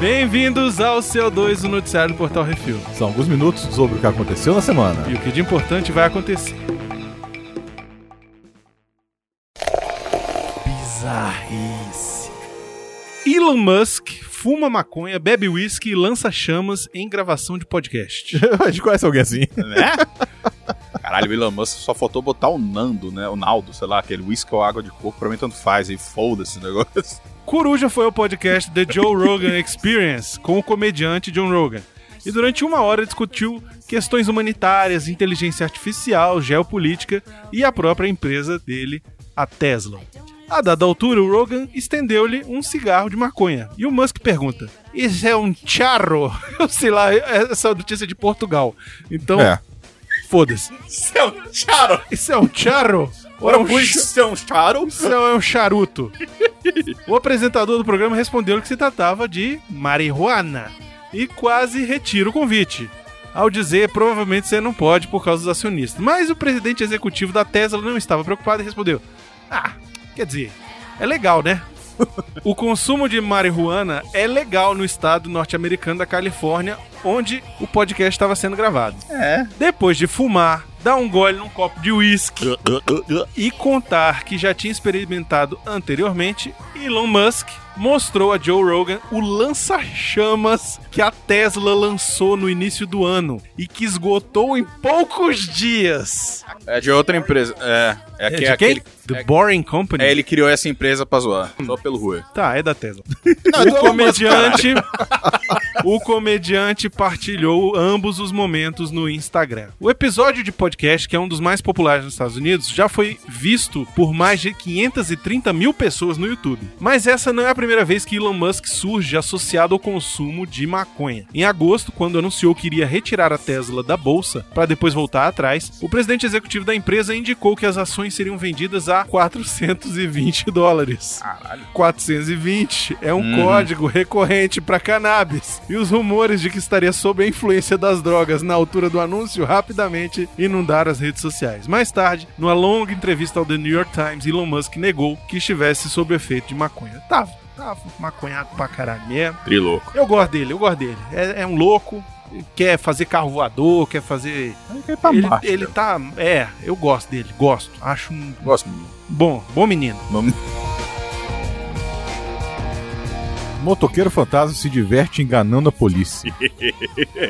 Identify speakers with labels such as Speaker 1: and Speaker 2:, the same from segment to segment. Speaker 1: Bem-vindos ao CO2, o noticiário do Portal Refil.
Speaker 2: São alguns minutos sobre o que aconteceu na semana.
Speaker 1: E o que de importante vai acontecer.
Speaker 2: Bizarrice.
Speaker 1: Elon Musk fuma maconha, bebe uísque e lança chamas em gravação de podcast.
Speaker 2: A gente conhece alguém assim.
Speaker 3: Né? Caralho, o Elon Musk só faltou botar o Nando, né? O Naldo, sei lá, aquele whisky ou água de coco, pra mim tanto faz, aí foda-se o negócio.
Speaker 1: Coruja foi ao podcast The Joe Rogan Experience com o comediante John Rogan. E durante uma hora discutiu questões humanitárias, inteligência artificial, geopolítica e a própria empresa dele, a Tesla. A dada altura, o Rogan estendeu-lhe um cigarro de maconha. E o Musk pergunta: Isso é um charro? Eu sei lá, essa é a notícia de Portugal. Então,
Speaker 2: É.
Speaker 1: foda-se.
Speaker 3: Isso é um charo!
Speaker 1: Isso é um charro? Ou é um cha-
Speaker 3: Isso é um charo?
Speaker 1: isso é um charuto? O apresentador do programa respondeu que se tratava de marihuana e quase retira o convite. Ao dizer, provavelmente você não pode por causa dos acionistas. Mas o presidente executivo da Tesla não estava preocupado e respondeu: Ah, quer dizer, é legal, né? O consumo de marihuana é legal no estado norte-americano da Califórnia, onde o podcast estava sendo gravado.
Speaker 3: É.
Speaker 1: Depois de fumar, dar um gole num copo de uísque e contar que já tinha experimentado anteriormente, Elon Musk mostrou a Joe Rogan o lança-chamas que a Tesla lançou no início do ano e que esgotou em poucos dias.
Speaker 3: É de outra empresa. É. É, que, é aquele.
Speaker 1: The Boring Company?
Speaker 3: É, ele criou essa empresa pra zoar. Só pelo Rui.
Speaker 1: Tá, é da Tesla.
Speaker 3: Não,
Speaker 1: O comediante, o comediante partilhou ambos os momentos no Instagram. O episódio de podcast, que é um dos mais populares nos Estados Unidos, já foi visto por mais de 530 mil pessoas no YouTube. Mas essa não é a primeira vez que Elon Musk surge associado ao consumo de maconha. Em agosto, quando anunciou que iria retirar a Tesla da bolsa para depois voltar atrás, o presidente executivo da empresa indicou que as ações seriam vendidas a 420 dólares.
Speaker 3: Caralho.
Speaker 1: 420 é um
Speaker 3: Uhum.
Speaker 1: código recorrente para cannabis. E os rumores de que estaria sob a influência das drogas na altura do anúncio rapidamente inundaram as redes sociais. Mais tarde, numa longa entrevista ao The New York Times, Elon Musk negou que estivesse sob efeito de maconha. Tava, tava maconhado pra caralho mesmo.
Speaker 3: Triloco.
Speaker 1: Eu gosto dele, eu gosto dele. É, é um louco, quer fazer carro voador, quer fazer. ele, ele tá. É, eu gosto dele, gosto. Acho um
Speaker 3: Gosto muito.
Speaker 1: bom, bom menino.
Speaker 3: Vamos-
Speaker 2: Motoqueiro fantasma se diverte enganando a polícia.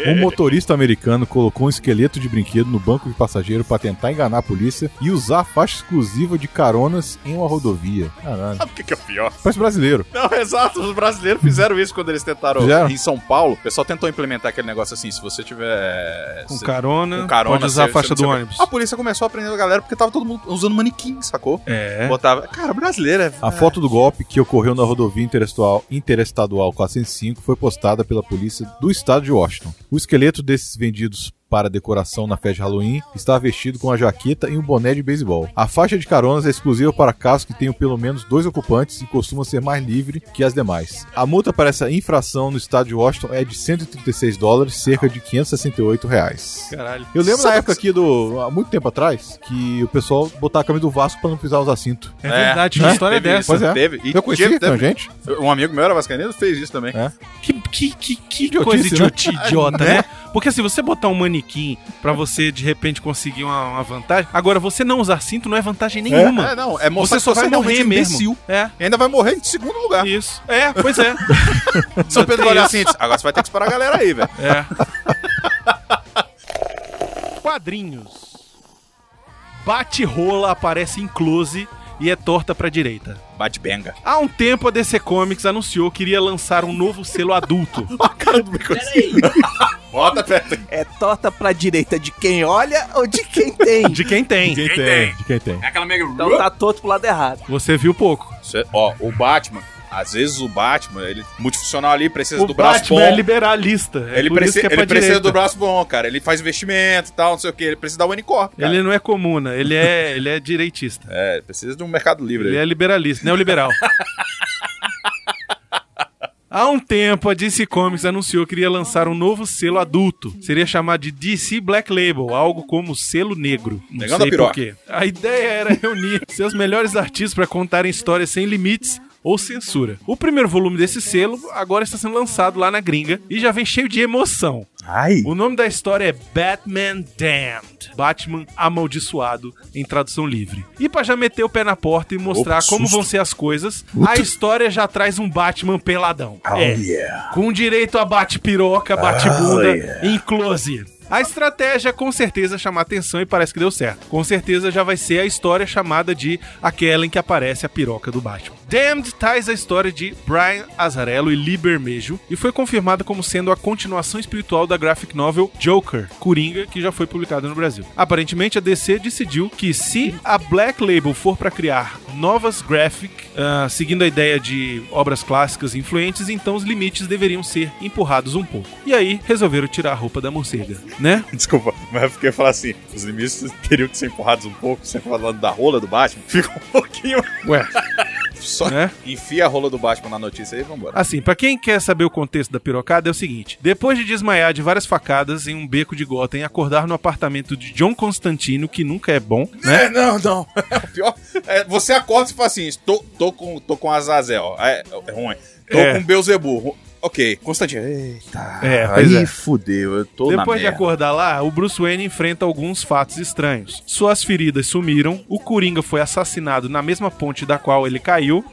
Speaker 2: Um motorista americano colocou um esqueleto de brinquedo no banco de passageiro para tentar enganar a polícia e usar a faixa exclusiva de caronas em uma rodovia. Caralho.
Speaker 3: Sabe o que que é o pior?
Speaker 2: Parece brasileiro.
Speaker 3: Não, exato. Os brasileiros fizeram isso quando eles tentaram.
Speaker 2: Fizeram?
Speaker 3: Em São Paulo, o pessoal tentou implementar aquele negócio assim: se você tiver.
Speaker 1: Com
Speaker 3: se-
Speaker 1: carona,
Speaker 3: com carona,
Speaker 1: pode usar
Speaker 3: você-
Speaker 1: a faixa
Speaker 3: você-
Speaker 1: do
Speaker 3: você-
Speaker 1: ônibus.
Speaker 3: A polícia começou a prender a galera porque tava todo mundo usando manequim, sacou?
Speaker 1: É.
Speaker 3: Botava. Cara, brasileiro é.
Speaker 2: A foto do golpe que ocorreu na rodovia interestadual, interestadual 405 foi postada pela polícia do estado de Washington. O esqueleto desses vendidos para decoração na festa de Halloween está vestido com a jaqueta e um boné de beisebol. A faixa de caronas é exclusiva para carros que tenham pelo menos dois ocupantes e costuma ser mais livre que as demais. A multa para essa infração no estado de Washington é de 136 dólares, cerca de 568 reais.
Speaker 1: Caralho.
Speaker 2: Eu lembro na
Speaker 3: Sabe-
Speaker 2: época aqui do. há muito tempo atrás, que o pessoal botava a camisa do Vasco para não precisar usar cinto.
Speaker 1: É verdade, uma
Speaker 2: né?
Speaker 1: história
Speaker 3: teve
Speaker 1: dessa.
Speaker 2: Pois é.
Speaker 3: Teve. E
Speaker 2: Eu conhecia,
Speaker 3: tinha-
Speaker 2: então, gente.
Speaker 3: Um amigo meu era vascaíno fez isso também.
Speaker 1: Que, que, que, que
Speaker 2: Idiotice,
Speaker 1: coisa
Speaker 2: né?
Speaker 1: idioti- idiota, né? Porque se você botar um manequim pra você, de repente, conseguir uma, uma vantagem... Agora, você não usar cinto não é vantagem nenhuma.
Speaker 3: É, não, é
Speaker 1: Você
Speaker 3: mostrar
Speaker 1: só
Speaker 3: que
Speaker 1: vai
Speaker 3: é realmente
Speaker 1: morrer mesmo.
Speaker 3: imbecil.
Speaker 1: É,
Speaker 3: E ainda vai morrer em segundo lugar.
Speaker 1: isso. É, pois é.
Speaker 3: São
Speaker 1: Tem
Speaker 3: Pedro vai olhar
Speaker 1: isso.
Speaker 3: assim, e diz, agora você vai ter que esperar a galera aí, velho.
Speaker 1: é. Quadrinhos. Bate-rola aparece em close e é torta pra direita.
Speaker 3: Bate benga.
Speaker 1: Há um tempo, a DC Comics anunciou que iria lançar um novo selo adulto.
Speaker 3: A cara do bico
Speaker 4: Peraí,
Speaker 3: Bota perto.
Speaker 4: é torta pra direita de quem olha ou de quem tem?
Speaker 1: De quem tem.
Speaker 2: Quem
Speaker 3: tem?
Speaker 2: De quem tem.
Speaker 3: É aquela mega...
Speaker 4: Então tá torto pro lado errado.
Speaker 1: Você viu pouco.
Speaker 3: Ó, o Batman, às vezes o Batman, ele multifuncional ali, precisa
Speaker 1: o
Speaker 3: do braço
Speaker 1: Batman
Speaker 3: bom.
Speaker 1: é liberalista. É
Speaker 3: Ele,
Speaker 1: por isso
Speaker 3: preci-
Speaker 1: que é pra
Speaker 3: ele precisa
Speaker 1: direita.
Speaker 3: do braço bom, cara. Ele faz investimento e tal, não sei o que. Ele precisa da Unicorp, cara.
Speaker 1: Ele não é comuna, ele é, ele é direitista.
Speaker 3: É, precisa de um mercado livre.
Speaker 1: Ele
Speaker 3: aí.
Speaker 1: é liberalista, neoliberal. Há um tempo, a DC Comics anunciou que iria lançar um novo selo adulto. Seria chamado de DC Black Label, algo como selo negro. Não
Speaker 3: Negão
Speaker 1: sei
Speaker 3: da piroca.
Speaker 1: por quê. A ideia era reunir seus melhores artistas para contarem histórias sem limites ou censura. O primeiro volume desse selo agora está sendo lançado lá na gringa e já vem cheio de emoção.
Speaker 3: Ai.
Speaker 1: O nome da história é Batman Damned. Batman amaldiçoado em tradução livre. E pra já meter o pé na porta e mostrar
Speaker 3: Opa, que
Speaker 1: como
Speaker 3: susto.
Speaker 1: vão ser as coisas, a história já traz um Batman peladão.
Speaker 3: Oh,
Speaker 1: é. Com direito a bate-piroca, bate-bunda, em close. A estratégia é com certeza chamar atenção e parece que deu certo. Com certeza já vai ser a história chamada de aquela em que aparece a piroca do Batman. Damned traz a história de Brian Azarello e Lee Bermejo e foi confirmada como sendo a continuação espiritual da graphic novel Joker, Coringa, que já foi publicada no Brasil. Aparentemente a DC decidiu que se a Black Label for para criar novas graphic, ah, seguindo a ideia de obras clássicas e influentes, então os limites deveriam ser empurrados um pouco. E aí resolveram tirar a roupa da morcega, né?
Speaker 3: Desculpa, mas eu fiquei falando assim: os limites teriam que ser empurrados um pouco, você falando da rola do Batman, fica um pouquinho.
Speaker 1: Ué,
Speaker 3: Só
Speaker 1: né?
Speaker 3: enfia a rola do Batman na notícia aí e vambora.
Speaker 1: Assim, pra quem quer saber o contexto da pirocada, é o seguinte: depois de desmaiar de várias facadas em um beco de Gotham e acordar no apartamento de John Constantino, que nunca é bom, né?
Speaker 3: É, não, não. É o pior. É, você acorda e fala assim: tô, tô, com, tô com Azazel. É, é ruim. Tô
Speaker 1: É.
Speaker 3: com Beuzebu. Ru- Ok, Constantino. Eita.
Speaker 1: É, pois
Speaker 3: aí
Speaker 1: é.
Speaker 3: fudeu, eu tô na
Speaker 1: Depois de
Speaker 3: merda.
Speaker 1: acordar lá, o Bruce Wayne enfrenta alguns fatos estranhos. Suas feridas sumiram, o Coringa foi assassinado na mesma ponte da qual ele caiu.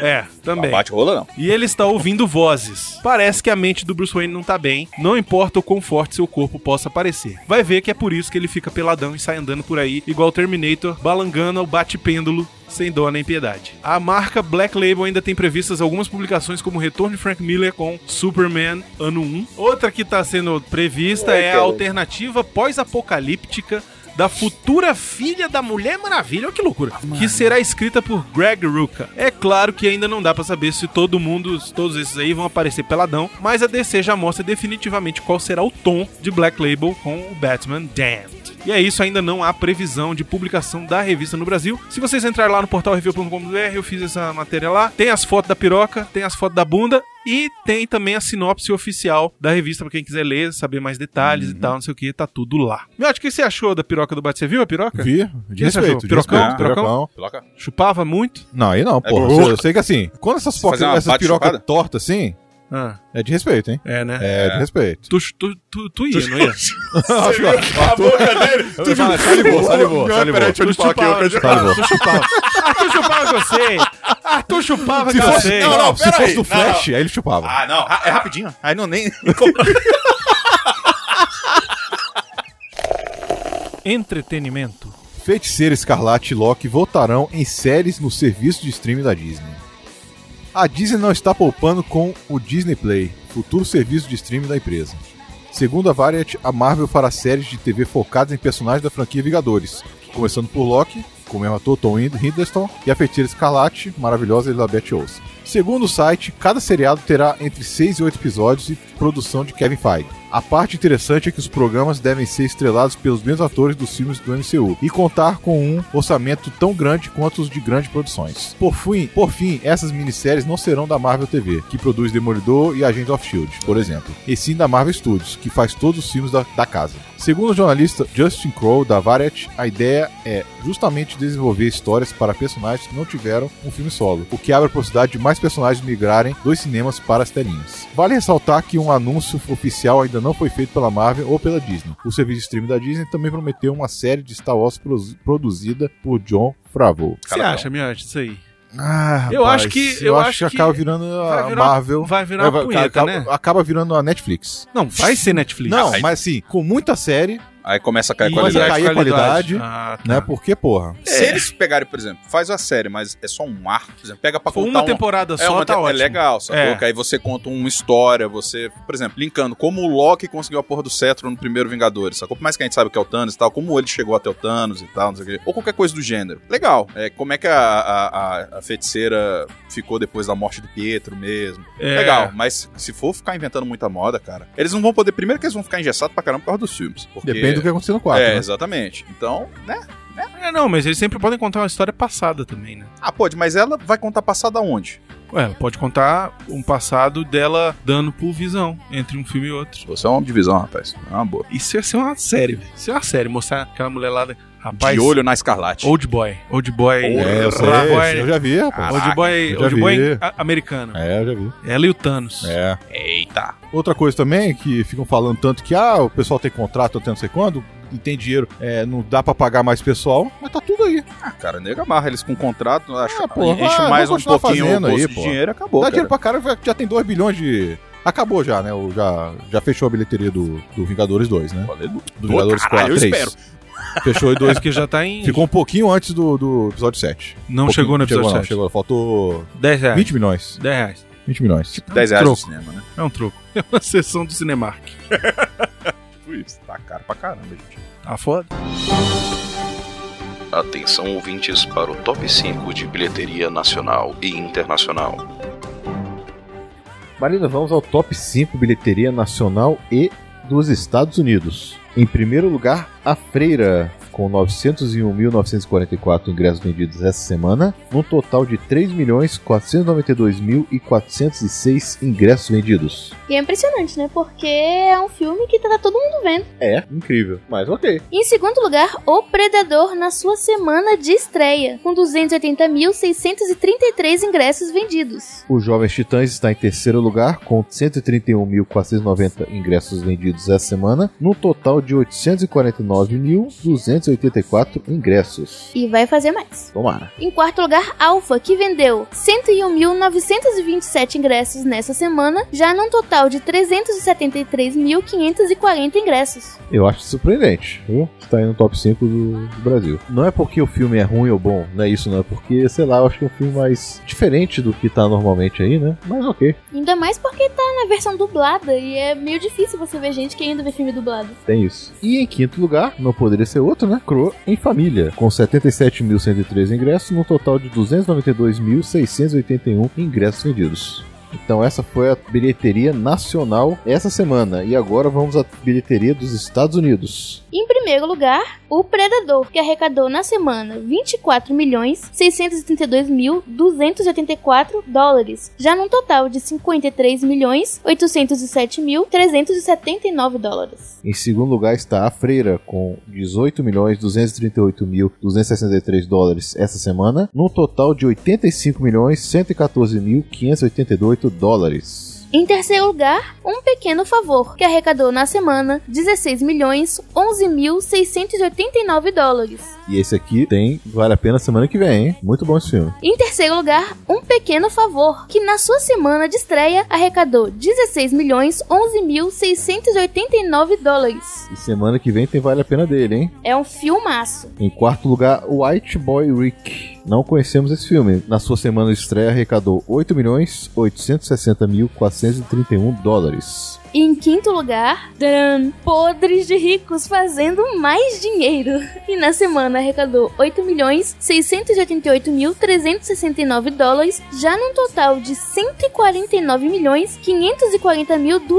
Speaker 1: É,
Speaker 3: Não
Speaker 1: também.
Speaker 3: Ah, bate rola, não.
Speaker 1: E ele está ouvindo vozes. Parece que a mente do Bruce Wayne não tá bem, não importa o quão forte seu corpo possa parecer. Vai ver que é por isso que ele fica peladão e sai andando por aí, igual o Terminator, balangando o bate-pêndulo. Sem dó nem piedade. A marca Black Label ainda tem previstas algumas publicações, como o retorno de Frank Miller com Superman Ano 1. Outra que está sendo prevista é a alternativa pós-apocalíptica da futura filha da Mulher Maravilha. Olha que loucura. Que será escrita por Greg Rucka. É claro que ainda não dá pra saber se todo mundo, se todos esses aí vão aparecer peladão, mas a DC já mostra definitivamente qual será o tom de Black Label com o Batman Damned. E é isso, ainda não há previsão de publicação da revista no Brasil. Se vocês entrarem lá no portal review.com.br, eu fiz essa matéria lá. Tem as fotos da piroca, tem as fotos da bunda e tem também a sinopse oficial da revista pra quem quiser ler, saber mais detalhes e tal, não sei o que, tá tudo lá. Miotti, o que você achou da piroca do Bate? Você viu a piroca?
Speaker 2: Vi, de
Speaker 1: Que isso,
Speaker 2: respeito, de
Speaker 1: pirocão?
Speaker 2: respeito,
Speaker 1: Pirocão?
Speaker 2: pirocão.
Speaker 3: Coloca.
Speaker 1: Chupava muito?
Speaker 2: Não, aí não, pô.
Speaker 3: bom.
Speaker 2: Eu sei que assim, quando essas,
Speaker 3: É fazer uma
Speaker 2: focas, essas
Speaker 3: bate
Speaker 2: pirocas
Speaker 3: chupada?
Speaker 2: tortas assim,
Speaker 1: Ah,
Speaker 2: é de respeito, hein?
Speaker 1: é, né?
Speaker 2: É, de respeito.
Speaker 1: Tu, tu, tu, tu ia, não ia? Tá
Speaker 3: Você viu a boca dele?
Speaker 2: Tu fala, salivou, salivou, salivou.
Speaker 3: Peraí, deixa eu te falar aqui,
Speaker 2: Tá
Speaker 3: eu acredito-
Speaker 2: Salivou.
Speaker 1: Tu chupava. Arthur chupava que eu sei. Arthur chupava que
Speaker 2: Se
Speaker 1: eu
Speaker 2: fosse,
Speaker 1: sei.
Speaker 3: não, não,
Speaker 2: se
Speaker 3: pera
Speaker 2: fosse
Speaker 3: aí,
Speaker 2: do
Speaker 3: não,
Speaker 2: Flash, aí ele chupava.
Speaker 3: Ah, não, ra- é rapidinho. Aí não nem.
Speaker 1: Entretenimento.
Speaker 2: Feiticeira Escarlate e Loki voltarão em séries no serviço de streaming da Disney. A Disney não está poupando com o Disney Play, futuro serviço de streaming da empresa. Segundo a Variety, a Marvel fará séries de TV focadas em personagens da franquia Vingadores, começando por Loki, com o mesmo ator Tom Hind- Hiddleston, e a feiticeira Escarlate, maravilhosa Elizabeth Olsen. Segundo o site, cada seriado terá entre 6 e 8 episódios e produção de Kevin Feige. A parte interessante é que os programas devem ser estrelados pelos mesmos atores dos filmes do MCU e contar com um orçamento tão grande quanto os de grandes produções. Por fim, por fim, essas minisséries não serão da Marvel TV, que produz Demolidor e Agents of Shield, por exemplo, e sim da Marvel Studios, que faz todos os filmes da, da casa. Segundo o jornalista Justin Crow da Variety, a ideia é justamente desenvolver histórias para personagens que não tiveram um filme solo, o que abre a possibilidade de mais personagens migrarem dos cinemas para as telinhas. Vale ressaltar que um anúncio oficial ainda não foi feito pela Marvel ou pela Disney. O serviço de streaming da Disney também prometeu uma série de Star Wars produ- produzida por John Favreau.
Speaker 1: O que você
Speaker 3: Cara,
Speaker 1: acha, Miotti, disso aí?
Speaker 2: Ah,
Speaker 1: Eu acho que-
Speaker 2: eu, acho que, acaba virando a
Speaker 1: vai virar-
Speaker 2: Marvel.
Speaker 1: Vai virar uma
Speaker 2: Vai-
Speaker 1: punheta,
Speaker 2: acaba,
Speaker 1: né?
Speaker 2: acaba virando a Netflix.
Speaker 1: Não, vai ser Netflix.
Speaker 2: Não,
Speaker 3: Aí-
Speaker 2: mas assim, com muita série,
Speaker 3: Aí começa a cair a
Speaker 1: E-
Speaker 2: Mas
Speaker 3: qualidade. É,
Speaker 2: cair a qualidade,
Speaker 1: Ah, tá.
Speaker 2: né? Porque, porra.
Speaker 3: Se eles pegarem, por exemplo, faz a série, mas é só um arco, por exemplo, pega pra
Speaker 2: Tá
Speaker 1: Foi
Speaker 3: contar
Speaker 1: uma
Speaker 3: um-
Speaker 1: temporada
Speaker 3: É,
Speaker 1: só,
Speaker 3: uma
Speaker 1: tá
Speaker 3: te- é
Speaker 1: ótimo.
Speaker 3: legal, sacou?
Speaker 1: É.
Speaker 3: Que aí você conta uma história, você, por exemplo, linkando como o Loki conseguiu a porra do cetro no primeiro Vingadores, sacou? Por mais que a gente saiba que é o Thanos e tal, como ele chegou até o Thanos e tal, não sei o quê. Ou qualquer coisa do gênero. Legal. É, como é que a, a- a- a feiticeira ficou depois da morte do Pietro mesmo.
Speaker 1: É.
Speaker 3: Legal, mas se for ficar inventando muita moda, cara, eles não vão poder. Primeiro que eles vão ficar engessados pra caramba por causa dos filmes. Porque...
Speaker 1: né?
Speaker 2: Depende do que acontecer no quarto.
Speaker 3: É,
Speaker 2: né?
Speaker 3: exatamente. Então, né? né,
Speaker 1: É, não, mas eles sempre podem contar uma história passada também, né?
Speaker 3: Ah, pode, mas ela vai contar passado aonde?
Speaker 1: Ué, ela pode contar um passado dela dando por visão entre um filme e outro.
Speaker 3: Você é um homem de visão, rapaz. É uma boa.
Speaker 1: Isso ia ser uma série, velho. Isso é uma série, mostrar aquela mulher lá. da- Rapaz,
Speaker 3: De olho na escarlate.
Speaker 1: Old Boy. Old Boy.
Speaker 2: É, eu sei,
Speaker 1: Old Boy-
Speaker 2: eu já vi, rapaz.
Speaker 3: Ah,
Speaker 1: Old Boy,
Speaker 2: eu já
Speaker 1: old boy
Speaker 2: vi.
Speaker 1: a- americano.
Speaker 2: É, eu já vi.
Speaker 1: Ela e o Thanos.
Speaker 2: É.
Speaker 3: Eita.
Speaker 2: Outra coisa também que ficam falando tanto que ah, o pessoal tem contrato até não sei quando, e tem dinheiro, é, não dá pra pagar mais pessoal, mas tá tudo aí.
Speaker 3: Ah, cara, nega amarra eles com contrato, acha,
Speaker 2: Ah, pô,
Speaker 3: enche
Speaker 2: vai-
Speaker 3: mais
Speaker 2: vai
Speaker 3: um
Speaker 2: continuar
Speaker 3: pouquinho o
Speaker 2: fazendo
Speaker 3: bolso
Speaker 2: aí,
Speaker 3: de
Speaker 2: pô.
Speaker 3: dinheiro e acabou,
Speaker 2: dá
Speaker 3: cara.
Speaker 2: dinheiro pra cara, vai- já tem 2 bilhões de. Acabou já, né? O, já, já fechou a bilheteria do, do Vingadores 2, né?
Speaker 3: Valeu.
Speaker 2: Do
Speaker 3: Pô,
Speaker 2: Vingadores
Speaker 3: caralho,
Speaker 2: 4.
Speaker 3: eu
Speaker 2: 3. Fechou em dois.
Speaker 1: Dois que já tá em.
Speaker 2: Ficou um pouquinho antes do, do episódio 7.
Speaker 1: Não
Speaker 2: Pouquinho-
Speaker 1: chegou no episódio É.
Speaker 2: chegou, não,
Speaker 1: 7.
Speaker 2: chegou, faltou
Speaker 1: 10 reais.
Speaker 2: 20 milhões.
Speaker 1: 10 reais.
Speaker 2: 20 milhões.
Speaker 3: 10 reais no
Speaker 1: Troco.
Speaker 3: cinema, né?
Speaker 1: É um troco. É uma sessão do Cinemark.
Speaker 3: Tipo isso. Tá caro pra caramba, gente.
Speaker 1: Tá foda.
Speaker 5: Atenção ouvintes para o top 5 de bilheteria nacional e internacional.
Speaker 2: Marina, vamos ao top 5 bilheteria nacional e dos Estados Unidos. Em primeiro lugar, A Freira, com 901.944 ingressos vendidos essa semana, num total de 3.492.406 ingressos vendidos.
Speaker 6: E é impressionante, né? Porque é um filme que tá todo mundo vendo.
Speaker 2: É, incrível, mas ok.
Speaker 6: Em segundo lugar, O Predador na sua semana de estreia, com 280.633 ingressos vendidos.
Speaker 2: O Jovens Titãs está em terceiro lugar, com 131.490 ingressos vendidos essa semana, num total de 849.284 ingressos.
Speaker 6: E vai fazer mais.
Speaker 2: Tomara.
Speaker 6: Em quarto lugar, Alpha, que vendeu 101.927 ingressos nessa semana, já num total de 373.540 ingressos.
Speaker 2: Eu acho surpreendente, viu? Está aí no top 5 do, do Brasil. Não é porque o filme é ruim ou bom, não é isso, não. É porque, sei lá, eu acho que é um filme mais diferente do que tá normalmente aí, né? Mas ok.
Speaker 6: Ainda mais porque tá na versão dublada e é meio difícil você ver gente que ainda vê filme dublado.
Speaker 2: Tem isso. E em quinto lugar, não poderia ser outro, né? Cro em família, com 77.103 ingressos, num total de 292.681 ingressos vendidos. Então essa foi a bilheteria nacional essa semana. E agora vamos à bilheteria dos Estados Unidos.
Speaker 6: Em primeiro lugar, o Predador, que arrecadou na semana 24.632.284 dólares, já num total de 53.807.379 dólares.
Speaker 2: Em segundo lugar está a Freira, com 18.238.263 dólares essa semana, num total de 85.114.588 dólares.
Speaker 6: Em terceiro lugar, Um Pequeno Favor, que arrecadou na semana 16.011.689 dólares.
Speaker 2: E esse aqui tem, vale a pena semana que vem, hein? Muito bom esse filme.
Speaker 6: Em terceiro lugar, Um Pequeno Favor, que na sua semana de estreia arrecadou 16.011.689 dólares.
Speaker 2: E semana que vem tem vale a pena dele, hein?
Speaker 6: É um filmaço.
Speaker 2: Em quarto lugar, White Boy Rick. Não conhecemos esse filme. Na sua semana de estreia arrecadou 8.860.431 dólares.
Speaker 6: E em quinto lugar, tcharam, Podres de Ricos fazendo mais dinheiro. E na semana arrecadou 8.688.369 dólares, já num total de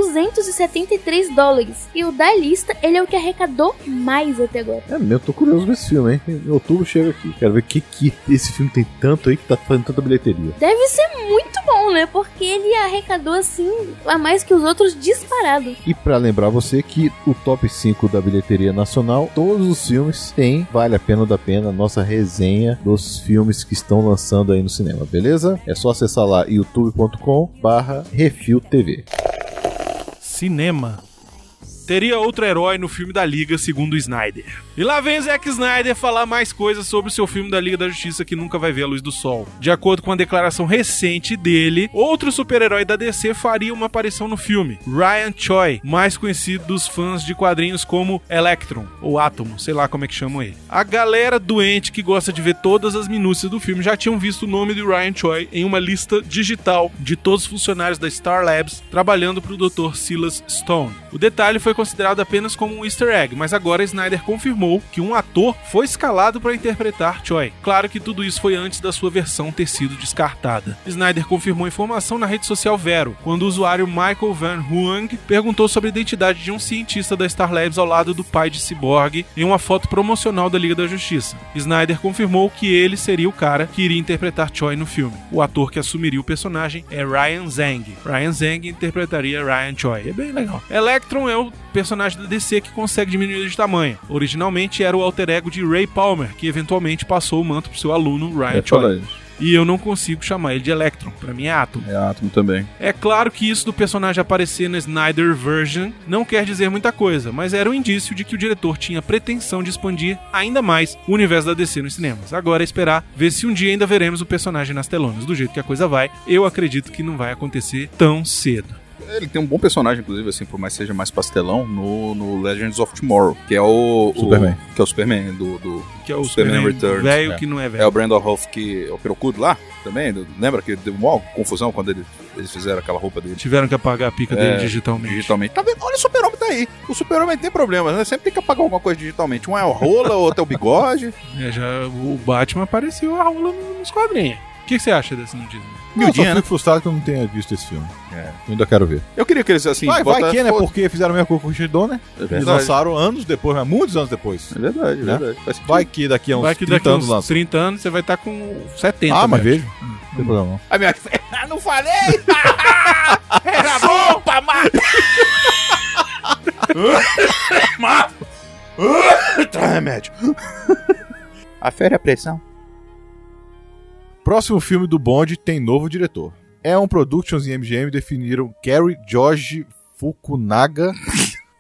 Speaker 6: 149.540.273 dólares. E o da lista, ele é o que arrecadou mais até agora.
Speaker 2: É mesmo, tô curioso com esse filme, hein? Em outubro chega aqui. Quero ver o que, que esse filme tem tanto aí que tá fazendo tanta bilheteria.
Speaker 6: Deve ser muito bom, né? Porque ele arrecadou assim a mais que os outros disparado.
Speaker 2: E pra lembrar você que o top 5 da bilheteria nacional, todos os filmes têm Vale a Pena ou da Pena, nossa resenha dos filmes que estão lançando aí no cinema, beleza? É só acessar lá youtube.com barra Refil TV.
Speaker 1: Cinema. Teria outro herói no filme da Liga, segundo o Snyder. E lá vem o Zack Snyder falar mais coisas sobre o seu filme da Liga da Justiça que nunca vai ver a luz do sol. De acordo com a declaração recente dele, outro super-herói da DC faria uma aparição no filme, Ryan Choi, mais conhecido dos fãs de quadrinhos como Electron, ou Átomo, sei lá como é que chamam ele. A galera doente que gosta de ver todas as minúcias do filme já tinham visto o nome de Ryan Choi em uma lista digital de todos os funcionários da Star Labs trabalhando para o Dr. Silas Stone. O detalhe foi considerado apenas como um easter egg, mas agora Snyder confirmou que um ator foi escalado para interpretar Choi. Claro que tudo isso foi antes da sua versão ter sido descartada. Snyder confirmou a informação na rede social Vero, quando o usuário Michael Van Huang perguntou sobre a identidade de um cientista da Star Labs ao lado do pai de Cyborg em uma foto promocional da Liga da Justiça. Snyder confirmou que ele seria o cara que iria interpretar Choi no filme. O ator que assumiria o personagem é Ryan Zhang. Ryan Zhang interpretaria Ryan Choi. É bem legal. Electron é o personagem da DC que consegue diminuir de tamanho. Originalmente era o alter ego de Ray Palmer, que eventualmente passou o manto pro seu aluno Ryan
Speaker 3: É,
Speaker 1: Choi.
Speaker 3: fala isso.
Speaker 1: E eu não consigo chamar ele de Electron, pra mim é Atom.
Speaker 3: É átomo também.
Speaker 1: É claro que isso do personagem aparecer na Snyder Version não quer dizer muita coisa, mas era um indício de que o diretor tinha pretensão de expandir ainda mais o universo da DC nos cinemas. Agora é esperar ver se um dia ainda veremos o personagem nas telonas. Do jeito que a coisa vai, eu acredito que não vai acontecer tão cedo.
Speaker 3: Ele tem um bom personagem, inclusive, assim, por mais que seja mais pastelão, no, no Legends of Tomorrow, que é o. o-
Speaker 2: Superman.
Speaker 3: que é o Superman do. do-
Speaker 1: Que é o
Speaker 3: Superman
Speaker 1: Superman
Speaker 3: Returns,
Speaker 1: velho
Speaker 3: é.
Speaker 1: que não é
Speaker 3: é
Speaker 1: velho.
Speaker 3: o Brandon Hoff que é o perucudo lá também. do- Lembra que deu uma confusão quando ele- eles fizeram aquela roupa dele
Speaker 1: Tiveram que apagar a pica dele
Speaker 3: É,
Speaker 1: digitalmente.
Speaker 3: digitalmente? Tá vendo? Olha, o Super-Homem tá aí. O Super-Homem tem problema, né? Sempre tem que apagar alguma coisa digitalmente. Um é o rola, o outro é o bigode.
Speaker 1: É, já o Batman apareceu a rola nos quadrinhos. O que, que você acha desse notícia?
Speaker 2: Não, eu só
Speaker 3: Miudinha,
Speaker 2: fico
Speaker 3: né?
Speaker 2: frustrado que eu não tenha visto esse filme.
Speaker 3: É.
Speaker 2: Eu ainda quero ver.
Speaker 3: Eu queria que eles assim.
Speaker 2: vai, vai
Speaker 3: bota-
Speaker 2: que, né? Porque fizeram a mesma coisa com o Richard Donner.
Speaker 3: É
Speaker 2: Eles
Speaker 3: verdade.
Speaker 2: lançaram anos depois, mas muitos anos depois.
Speaker 3: É verdade, é
Speaker 2: Né?
Speaker 3: verdade. Faz sentido.
Speaker 2: Vai que daqui a uns
Speaker 1: Vai que
Speaker 2: 30
Speaker 1: daqui a
Speaker 2: anos
Speaker 1: uns
Speaker 2: lança.
Speaker 1: 30 anos você vai estar com 70.
Speaker 2: Ah, mas
Speaker 1: velho.
Speaker 2: vejo. Não tem problema não.
Speaker 3: Aí minha... Ah, não falei! Era
Speaker 4: Sopa, mata!
Speaker 3: Traz remédio. Afere a pressão.
Speaker 2: Próximo filme do Bond tem novo diretor. É um Productions e MGM definiram Gary George Fukunaga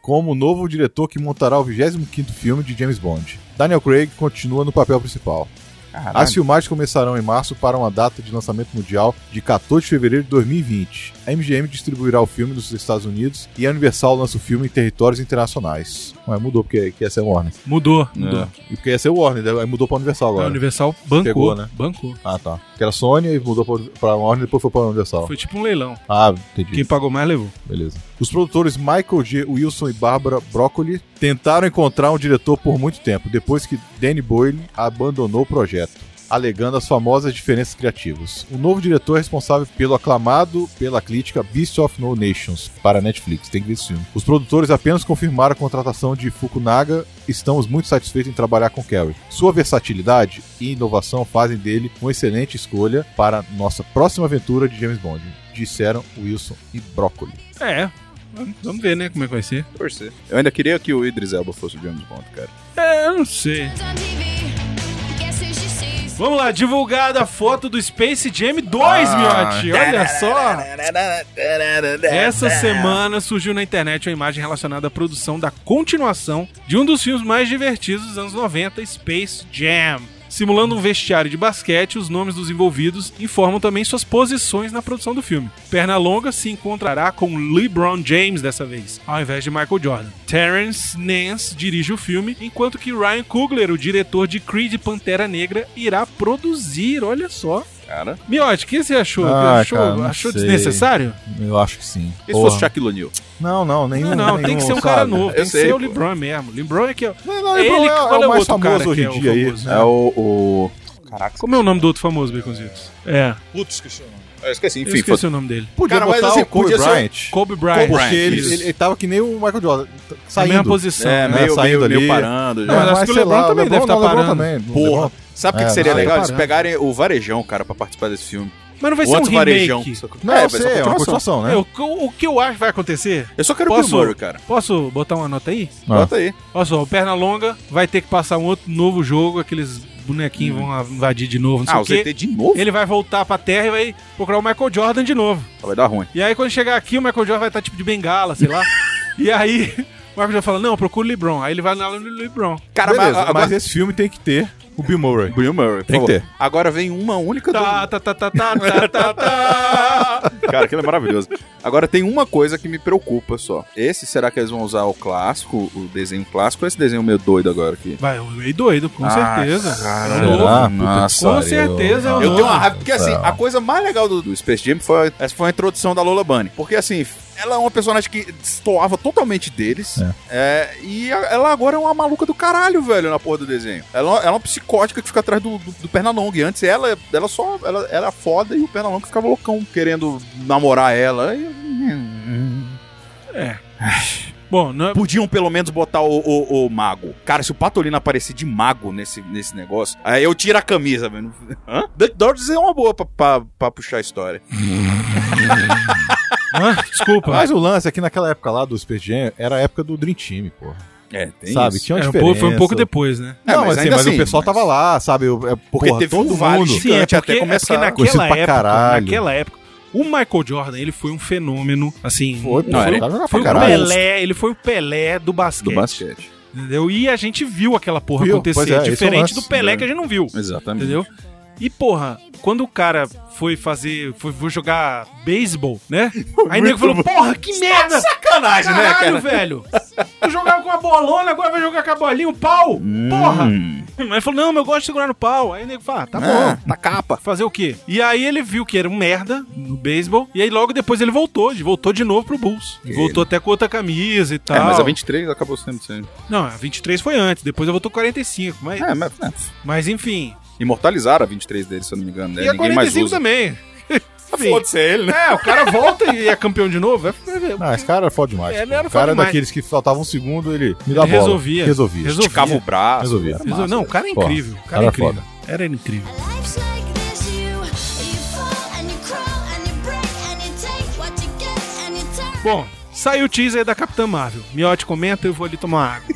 Speaker 2: como novo diretor que montará o 25º filme de James Bond. Daniel Craig continua no papel principal. As filmagens começarão em março para uma data de lançamento mundial de 14 de fevereiro de 2020. A MGM distribuirá o filme nos Estados Unidos e a Universal lança o filme em territórios internacionais. Ué, mudou porque que ia ser Warner.
Speaker 1: Mudou.
Speaker 3: É.
Speaker 2: E porque ia ser Warner, daí mudou pra Universal
Speaker 1: A
Speaker 2: agora.
Speaker 1: Universal bancou,
Speaker 2: Pegou, né?
Speaker 1: Bancou.
Speaker 2: Ah, tá. Que era Sony, aí mudou pra- pra Warner e depois foi pra Universal.
Speaker 1: Foi tipo um leilão.
Speaker 2: Ah, entendi.
Speaker 1: Quem pagou mais levou.
Speaker 2: Beleza. Os produtores Michael G. Wilson e Barbara Broccoli tentaram encontrar um diretor por muito tempo, depois que Danny Boyle abandonou o projeto, alegando as famosas diferenças criativas. O novo diretor é responsável pelo aclamado pela crítica Beast of No Nations para a Netflix. Tem que ver esse filme. Os produtores apenas confirmaram a contratação de Fukunaga. Estamos muito satisfeitos em trabalhar com Carrie. Sua versatilidade e inovação fazem dele uma excelente escolha para nossa próxima aventura de James Bond, disseram Wilson e Broccoli.
Speaker 1: É. Vamos- Vamos ver, né? Como é que vai ser.
Speaker 3: Torcer. Eu ainda queria que o Idris Elba fosse o James Bond, cara.
Speaker 1: É, eu não sei. Vamos lá, divulgada a foto do Space Jam 2,
Speaker 3: Ah.
Speaker 1: Miotti. Olha só.
Speaker 2: É.
Speaker 1: Essa semana surgiu na internet uma imagem relacionada à produção da continuação de um dos filmes mais divertidos dos anos 90, Space Jam. Simulando um vestiário de basquete, os nomes dos envolvidos informam também suas posições na produção do filme. Pernalonga se encontrará com LeBron James dessa vez, ao invés de Michael Jordan. Terence Nance dirige o filme, enquanto que Ryan Coogler, o diretor de Creed e Pantera Negra, irá produzir. Olha só.
Speaker 3: Cara.
Speaker 1: Miotti, o que você achou?
Speaker 2: Ah,
Speaker 1: achou
Speaker 2: cara, não
Speaker 1: achou
Speaker 2: sei.
Speaker 1: desnecessário?
Speaker 2: Eu acho que sim.
Speaker 3: E se fosse Shaquille O'Neal?
Speaker 2: Não, não, nenhum.
Speaker 1: Não, não, tem que ser um cara novo. Tem
Speaker 3: Eu
Speaker 1: que
Speaker 3: sei,
Speaker 1: ser o
Speaker 3: pô.
Speaker 1: LeBron mesmo. LeBron é que é.
Speaker 2: Não, não,
Speaker 1: Ele
Speaker 2: ele
Speaker 1: que-
Speaker 2: é,
Speaker 1: qual
Speaker 2: é
Speaker 1: é o
Speaker 2: o mais
Speaker 1: outro cara
Speaker 2: famoso
Speaker 1: que
Speaker 2: hoje
Speaker 1: é
Speaker 2: em
Speaker 1: o
Speaker 2: dia aí.
Speaker 1: famoso,
Speaker 2: né?
Speaker 1: É
Speaker 3: o. Caraca.
Speaker 1: Como é o nome do outro famoso, Baconzitos? É,
Speaker 3: Putz, esqueci o nome. Eu esqueci,
Speaker 1: eu
Speaker 3: enfim.
Speaker 1: esqueci o nome dele.
Speaker 2: É, Podia
Speaker 3: Cara, mas
Speaker 2: botar
Speaker 3: assim,
Speaker 2: o Kobe
Speaker 3: podia ser o-
Speaker 2: Bryant.
Speaker 1: Kobe
Speaker 2: Kobe
Speaker 1: Bryant.
Speaker 3: Kobe
Speaker 2: Porque ele,
Speaker 1: isso.
Speaker 2: ele, ele tava que nem o Michael Jordan, t-
Speaker 1: Na
Speaker 2: saindo.
Speaker 1: mesma posição. né?
Speaker 3: É,
Speaker 2: né,
Speaker 3: meio,
Speaker 2: saindo
Speaker 3: meio, meio
Speaker 2: ali.
Speaker 3: parando.
Speaker 1: Não,
Speaker 3: já.
Speaker 1: mas acho
Speaker 2: mas
Speaker 1: que o
Speaker 2: sei
Speaker 1: LeBron também deve tá
Speaker 2: não,
Speaker 1: parando.
Speaker 2: também.
Speaker 3: Porra. Sabe o que,
Speaker 2: É,
Speaker 3: que seria
Speaker 2: não,
Speaker 3: legal?
Speaker 1: tá
Speaker 3: Eles
Speaker 1: parado.
Speaker 3: pegarem o Varejão, cara, pra participar desse filme.
Speaker 1: Mas não vai
Speaker 3: O
Speaker 1: ser um
Speaker 3: outro Varejão.
Speaker 1: remake.
Speaker 2: Não, é, eu
Speaker 3: vai ser
Speaker 2: sei, é uma continuação, né?
Speaker 1: É, o, que eu- o que eu acho que vai acontecer?
Speaker 3: Eu só quero o
Speaker 1: Posso-
Speaker 3: Bill Murray, cara.
Speaker 1: Posso botar uma nota aí?
Speaker 2: Ah.
Speaker 3: Bota aí.
Speaker 1: Olha só, o Pernalonga vai ter que passar um outro novo jogo, aqueles bonequinhos vão invadir de novo, não
Speaker 3: Ah, o
Speaker 1: sei o quê.
Speaker 3: ZT de novo?
Speaker 1: Ele vai voltar pra Terra e vai procurar o Michael Jordan de novo.
Speaker 3: Vai dar ruim.
Speaker 1: E aí, quando chegar aqui, o Michael Jordan vai estar tipo de bengala, sei lá. e aí, o Michael Jordan fala: Não, procura o LeBron. Aí ele vai lá no LeBron.
Speaker 3: Cara,
Speaker 2: Beleza,
Speaker 3: mas, agora...
Speaker 2: mas esse filme tem que ter o Bill Murray.
Speaker 3: Bill Murray, por
Speaker 2: Tem que
Speaker 3: favor. Agora vem uma única do-
Speaker 1: Tá, tá, tá, tá, tá, tá, tá, tá.
Speaker 3: Cara, aquilo é maravilhoso. Agora tem uma coisa que me preocupa só. Esse, será que eles vão usar o clássico, o desenho clássico, ou esse desenho meio doido agora aqui?
Speaker 1: Vai, o meio doido,
Speaker 2: Ah,
Speaker 1: com certeza.
Speaker 3: Cara,
Speaker 1: É novo.
Speaker 2: Será?
Speaker 3: Nossa,
Speaker 1: Com
Speaker 2: eu-
Speaker 1: certeza é o
Speaker 3: Eu
Speaker 1: novo.
Speaker 3: tenho uma raiva, porque assim, a coisa mais legal do, do Space Jam foi, essa foi a introdução da Lola Bunny. Porque assim, Ela é uma personagem que destoava totalmente deles. É, e a- ela agora é uma maluca do caralho, velho, na porra do desenho. Ela, ela é uma psicótica que fica atrás do, do, do Pernalonga. E antes ela, ela só ela era foda e o Pernalonga ficava loucão querendo namorar ela. E...
Speaker 1: Bom, não é-
Speaker 3: Podiam pelo menos botar o, o- o mago. Cara, se o Patolino aparecer de mago nesse, nesse negócio, aí eu tiro a camisa, velho. Hã? Duck Dodgers é uma boa pra, pra, pra puxar a história.
Speaker 1: Hã? desculpa.
Speaker 2: Mas o lance é que naquela época lá do Space Jam era a época do Dream Time, porra.
Speaker 3: É, tem
Speaker 2: sabe?
Speaker 3: isso.
Speaker 2: Tinha uma
Speaker 1: É, um pouco-
Speaker 2: diferença.
Speaker 1: foi um pouco depois, né?
Speaker 3: É,
Speaker 2: Não,
Speaker 3: mas
Speaker 2: mas, assim,
Speaker 3: ainda
Speaker 2: mas
Speaker 3: assim,
Speaker 2: o pessoal
Speaker 3: mas-
Speaker 2: tava lá, sabe? Eu- É,
Speaker 3: Porque
Speaker 2: porra,
Speaker 3: teve
Speaker 2: todo
Speaker 3: um vale
Speaker 2: mundo.
Speaker 3: gigante até começar.
Speaker 1: é porque
Speaker 2: Conhecido
Speaker 1: naquela
Speaker 2: pra
Speaker 1: época,
Speaker 2: caralho.
Speaker 1: naquela época, o Michael Jordan, ele foi um fenômeno, assim...
Speaker 2: Foi, pô,
Speaker 3: Não, era-
Speaker 2: o cara jogava
Speaker 1: Foi
Speaker 2: pra
Speaker 1: o
Speaker 2: caralho.
Speaker 1: Pelé, ele foi o Pelé do basquete.
Speaker 3: Do basquete.
Speaker 1: Entendeu? E a gente viu aquela porra
Speaker 2: Viu, pois
Speaker 1: acontecer,
Speaker 2: é, esse é o
Speaker 1: diferente
Speaker 2: lance,
Speaker 1: do Pelé
Speaker 3: né?
Speaker 1: que a gente não viu.
Speaker 3: Exatamente.
Speaker 1: Entendeu? E porra, quando o cara foi fazer, foi, foi jogar beisebol, né? Aí o nego falou: "Porra, que merda!
Speaker 3: tá Sacanagem, né,
Speaker 1: Caralho, velho! Tu jogava com uma bolona, agora vai jogar com a bolinha, um pau!
Speaker 3: Hum.
Speaker 1: Porra! Mas ele falou: "Não, mas eu gosto de segurar no pau". Aí o nego fala: ah, "Tá bom".
Speaker 3: na capa.
Speaker 1: Fazer o quê? E aí ele viu que era um merda no beisebol, e aí logo depois ele voltou, ele voltou de novo pro Bulls. Voltou até com outra camisa e tal.
Speaker 3: É, mas a 23 acabou sendo. sendo.
Speaker 1: Não, a 23 foi antes, depois eu voltou 45, mas,
Speaker 3: É, mas. É.
Speaker 1: mas enfim.
Speaker 3: Imortalizaram a 23 dele, se eu não me engano. Né?
Speaker 1: E a
Speaker 3: Ninguém mais
Speaker 1: 45
Speaker 3: usa.
Speaker 1: também. Enfim.
Speaker 3: é ele,
Speaker 1: É, o cara volta e é campeão de novo. É, é-
Speaker 2: Ah, esse cara era foda demais.
Speaker 1: É, ele
Speaker 2: pô.
Speaker 1: era
Speaker 2: o
Speaker 1: foda
Speaker 2: cara
Speaker 1: demais.
Speaker 2: daqueles que faltava um segundo, ele me dá
Speaker 1: Ele
Speaker 2: bola.
Speaker 1: resolvia.
Speaker 2: Resolvia.
Speaker 1: Resolvia.
Speaker 3: Esticava o braço.
Speaker 2: Resolvia.
Speaker 3: Era
Speaker 1: Resolveu-
Speaker 3: massa,
Speaker 1: não, o cara é
Speaker 2: Porra,
Speaker 1: incrível. O cara
Speaker 2: cara
Speaker 1: é
Speaker 2: é
Speaker 1: incrível.
Speaker 2: foda.
Speaker 1: Era incrível.
Speaker 7: Life's like this you you fall and you crawl and you break and you take what you get and you turn
Speaker 1: Bom, saiu o teaser da Capitã Marvel. Miote comenta eu vou ali tomar água.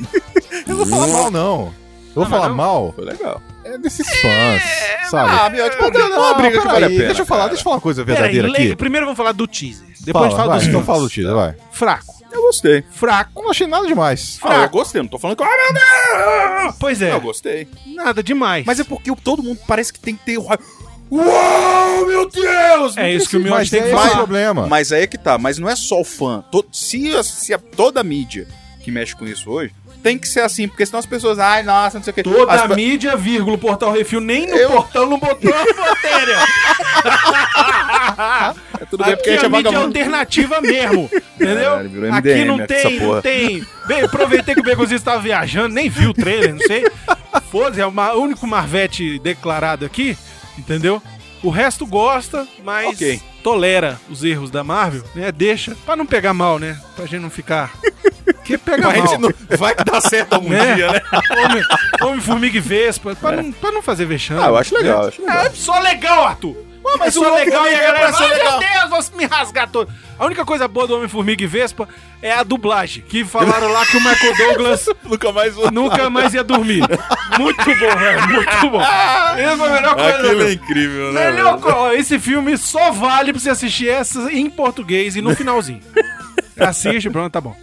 Speaker 2: Eu não vou falar mal, não. Eu vou
Speaker 1: mas
Speaker 2: falar
Speaker 1: não?
Speaker 2: mal
Speaker 3: Foi legal.
Speaker 2: é desses fãs, sabe?
Speaker 3: Ah, Miotti, pô, tem uma
Speaker 2: Não,
Speaker 3: briga que
Speaker 2: peraí,
Speaker 3: vale a pena.
Speaker 2: Deixa eu falar, deixa eu falar uma coisa verdadeira
Speaker 1: Peraí,
Speaker 2: aqui.
Speaker 1: le- primeiro vamos falar do teaser. Depois a gente
Speaker 2: vai,
Speaker 1: fala
Speaker 2: então
Speaker 1: dos
Speaker 2: fala
Speaker 1: fãs.
Speaker 2: do Tisa, vai.
Speaker 1: Fraco.
Speaker 3: Eu gostei.
Speaker 1: Fraco.
Speaker 2: Não achei nada demais.
Speaker 3: Ah, eu gostei. Não tô falando que. Ah, meu Deus!
Speaker 1: Pois é,
Speaker 3: Eu gostei.
Speaker 1: nada demais.
Speaker 3: Mas é porque o- todo mundo parece que tem que ter. o raio- Uau, meu Deus!
Speaker 1: É isso que o Miotti
Speaker 2: Mas
Speaker 1: tem
Speaker 2: tem
Speaker 1: que
Speaker 2: esse
Speaker 1: falar.
Speaker 2: problema.
Speaker 3: Mas aí é que tá, mas não é só o fã. To- se a- se a- toda a mídia que mexe com isso hoje tem que ser assim, porque senão as pessoas. Ai, nossa, não sei o que.
Speaker 1: Toda
Speaker 3: as,
Speaker 1: a mídia, vírgula, o portal refil, nem no
Speaker 3: Eu-
Speaker 1: portal não botou a matéria.
Speaker 3: é tudo bem, porque a gente é
Speaker 1: mídia é
Speaker 3: vagabundo.
Speaker 1: alternativa mesmo, entendeu?
Speaker 3: Caralho, virou
Speaker 1: aqui
Speaker 3: MDM
Speaker 1: não
Speaker 3: essa
Speaker 1: tem, não
Speaker 3: porra.
Speaker 1: tem. Bem, aproveitei que o Begonzinho estava viajando, nem viu o trailer, não sei. Foda-se, é o ma- o único Marvete declarado aqui, entendeu? O resto gosta, mas
Speaker 3: Ok.
Speaker 1: tolera os erros da Marvel, né? Deixa, pra não pegar mal, né? Pra gente não ficar... Porque pega
Speaker 3: Mas a
Speaker 1: mal.
Speaker 3: gente não- vai que dá certo algum
Speaker 1: Né?
Speaker 3: dia, né? É.
Speaker 1: Homem, homem, formiga e vespa, pra, não, pra não fazer vexame.
Speaker 3: Ah, eu acho legal, eu acho legal.
Speaker 1: É só legal, Arthur. mas é
Speaker 3: mas o
Speaker 1: só legal e a
Speaker 3: Homem-Formiga
Speaker 1: galera.
Speaker 3: é pra ser
Speaker 1: Ai, meu
Speaker 3: legal."
Speaker 1: Deus, vou me rasgar todo. A única coisa boa do Homem-Formiga e Vespa é a dublagem. Que falaram lá que o Michael Douglas
Speaker 3: Nunca mais vou.
Speaker 1: nunca mais ia dormir. Muito bom, velho. Muito bom. Essa foi a melhor coisa.
Speaker 3: Aquilo é
Speaker 1: velho.
Speaker 3: incrível, né?
Speaker 1: Melhor co- ó, Esse filme só vale pra você assistir essa em português e no finalzinho. Assiste, pronto, tá bom.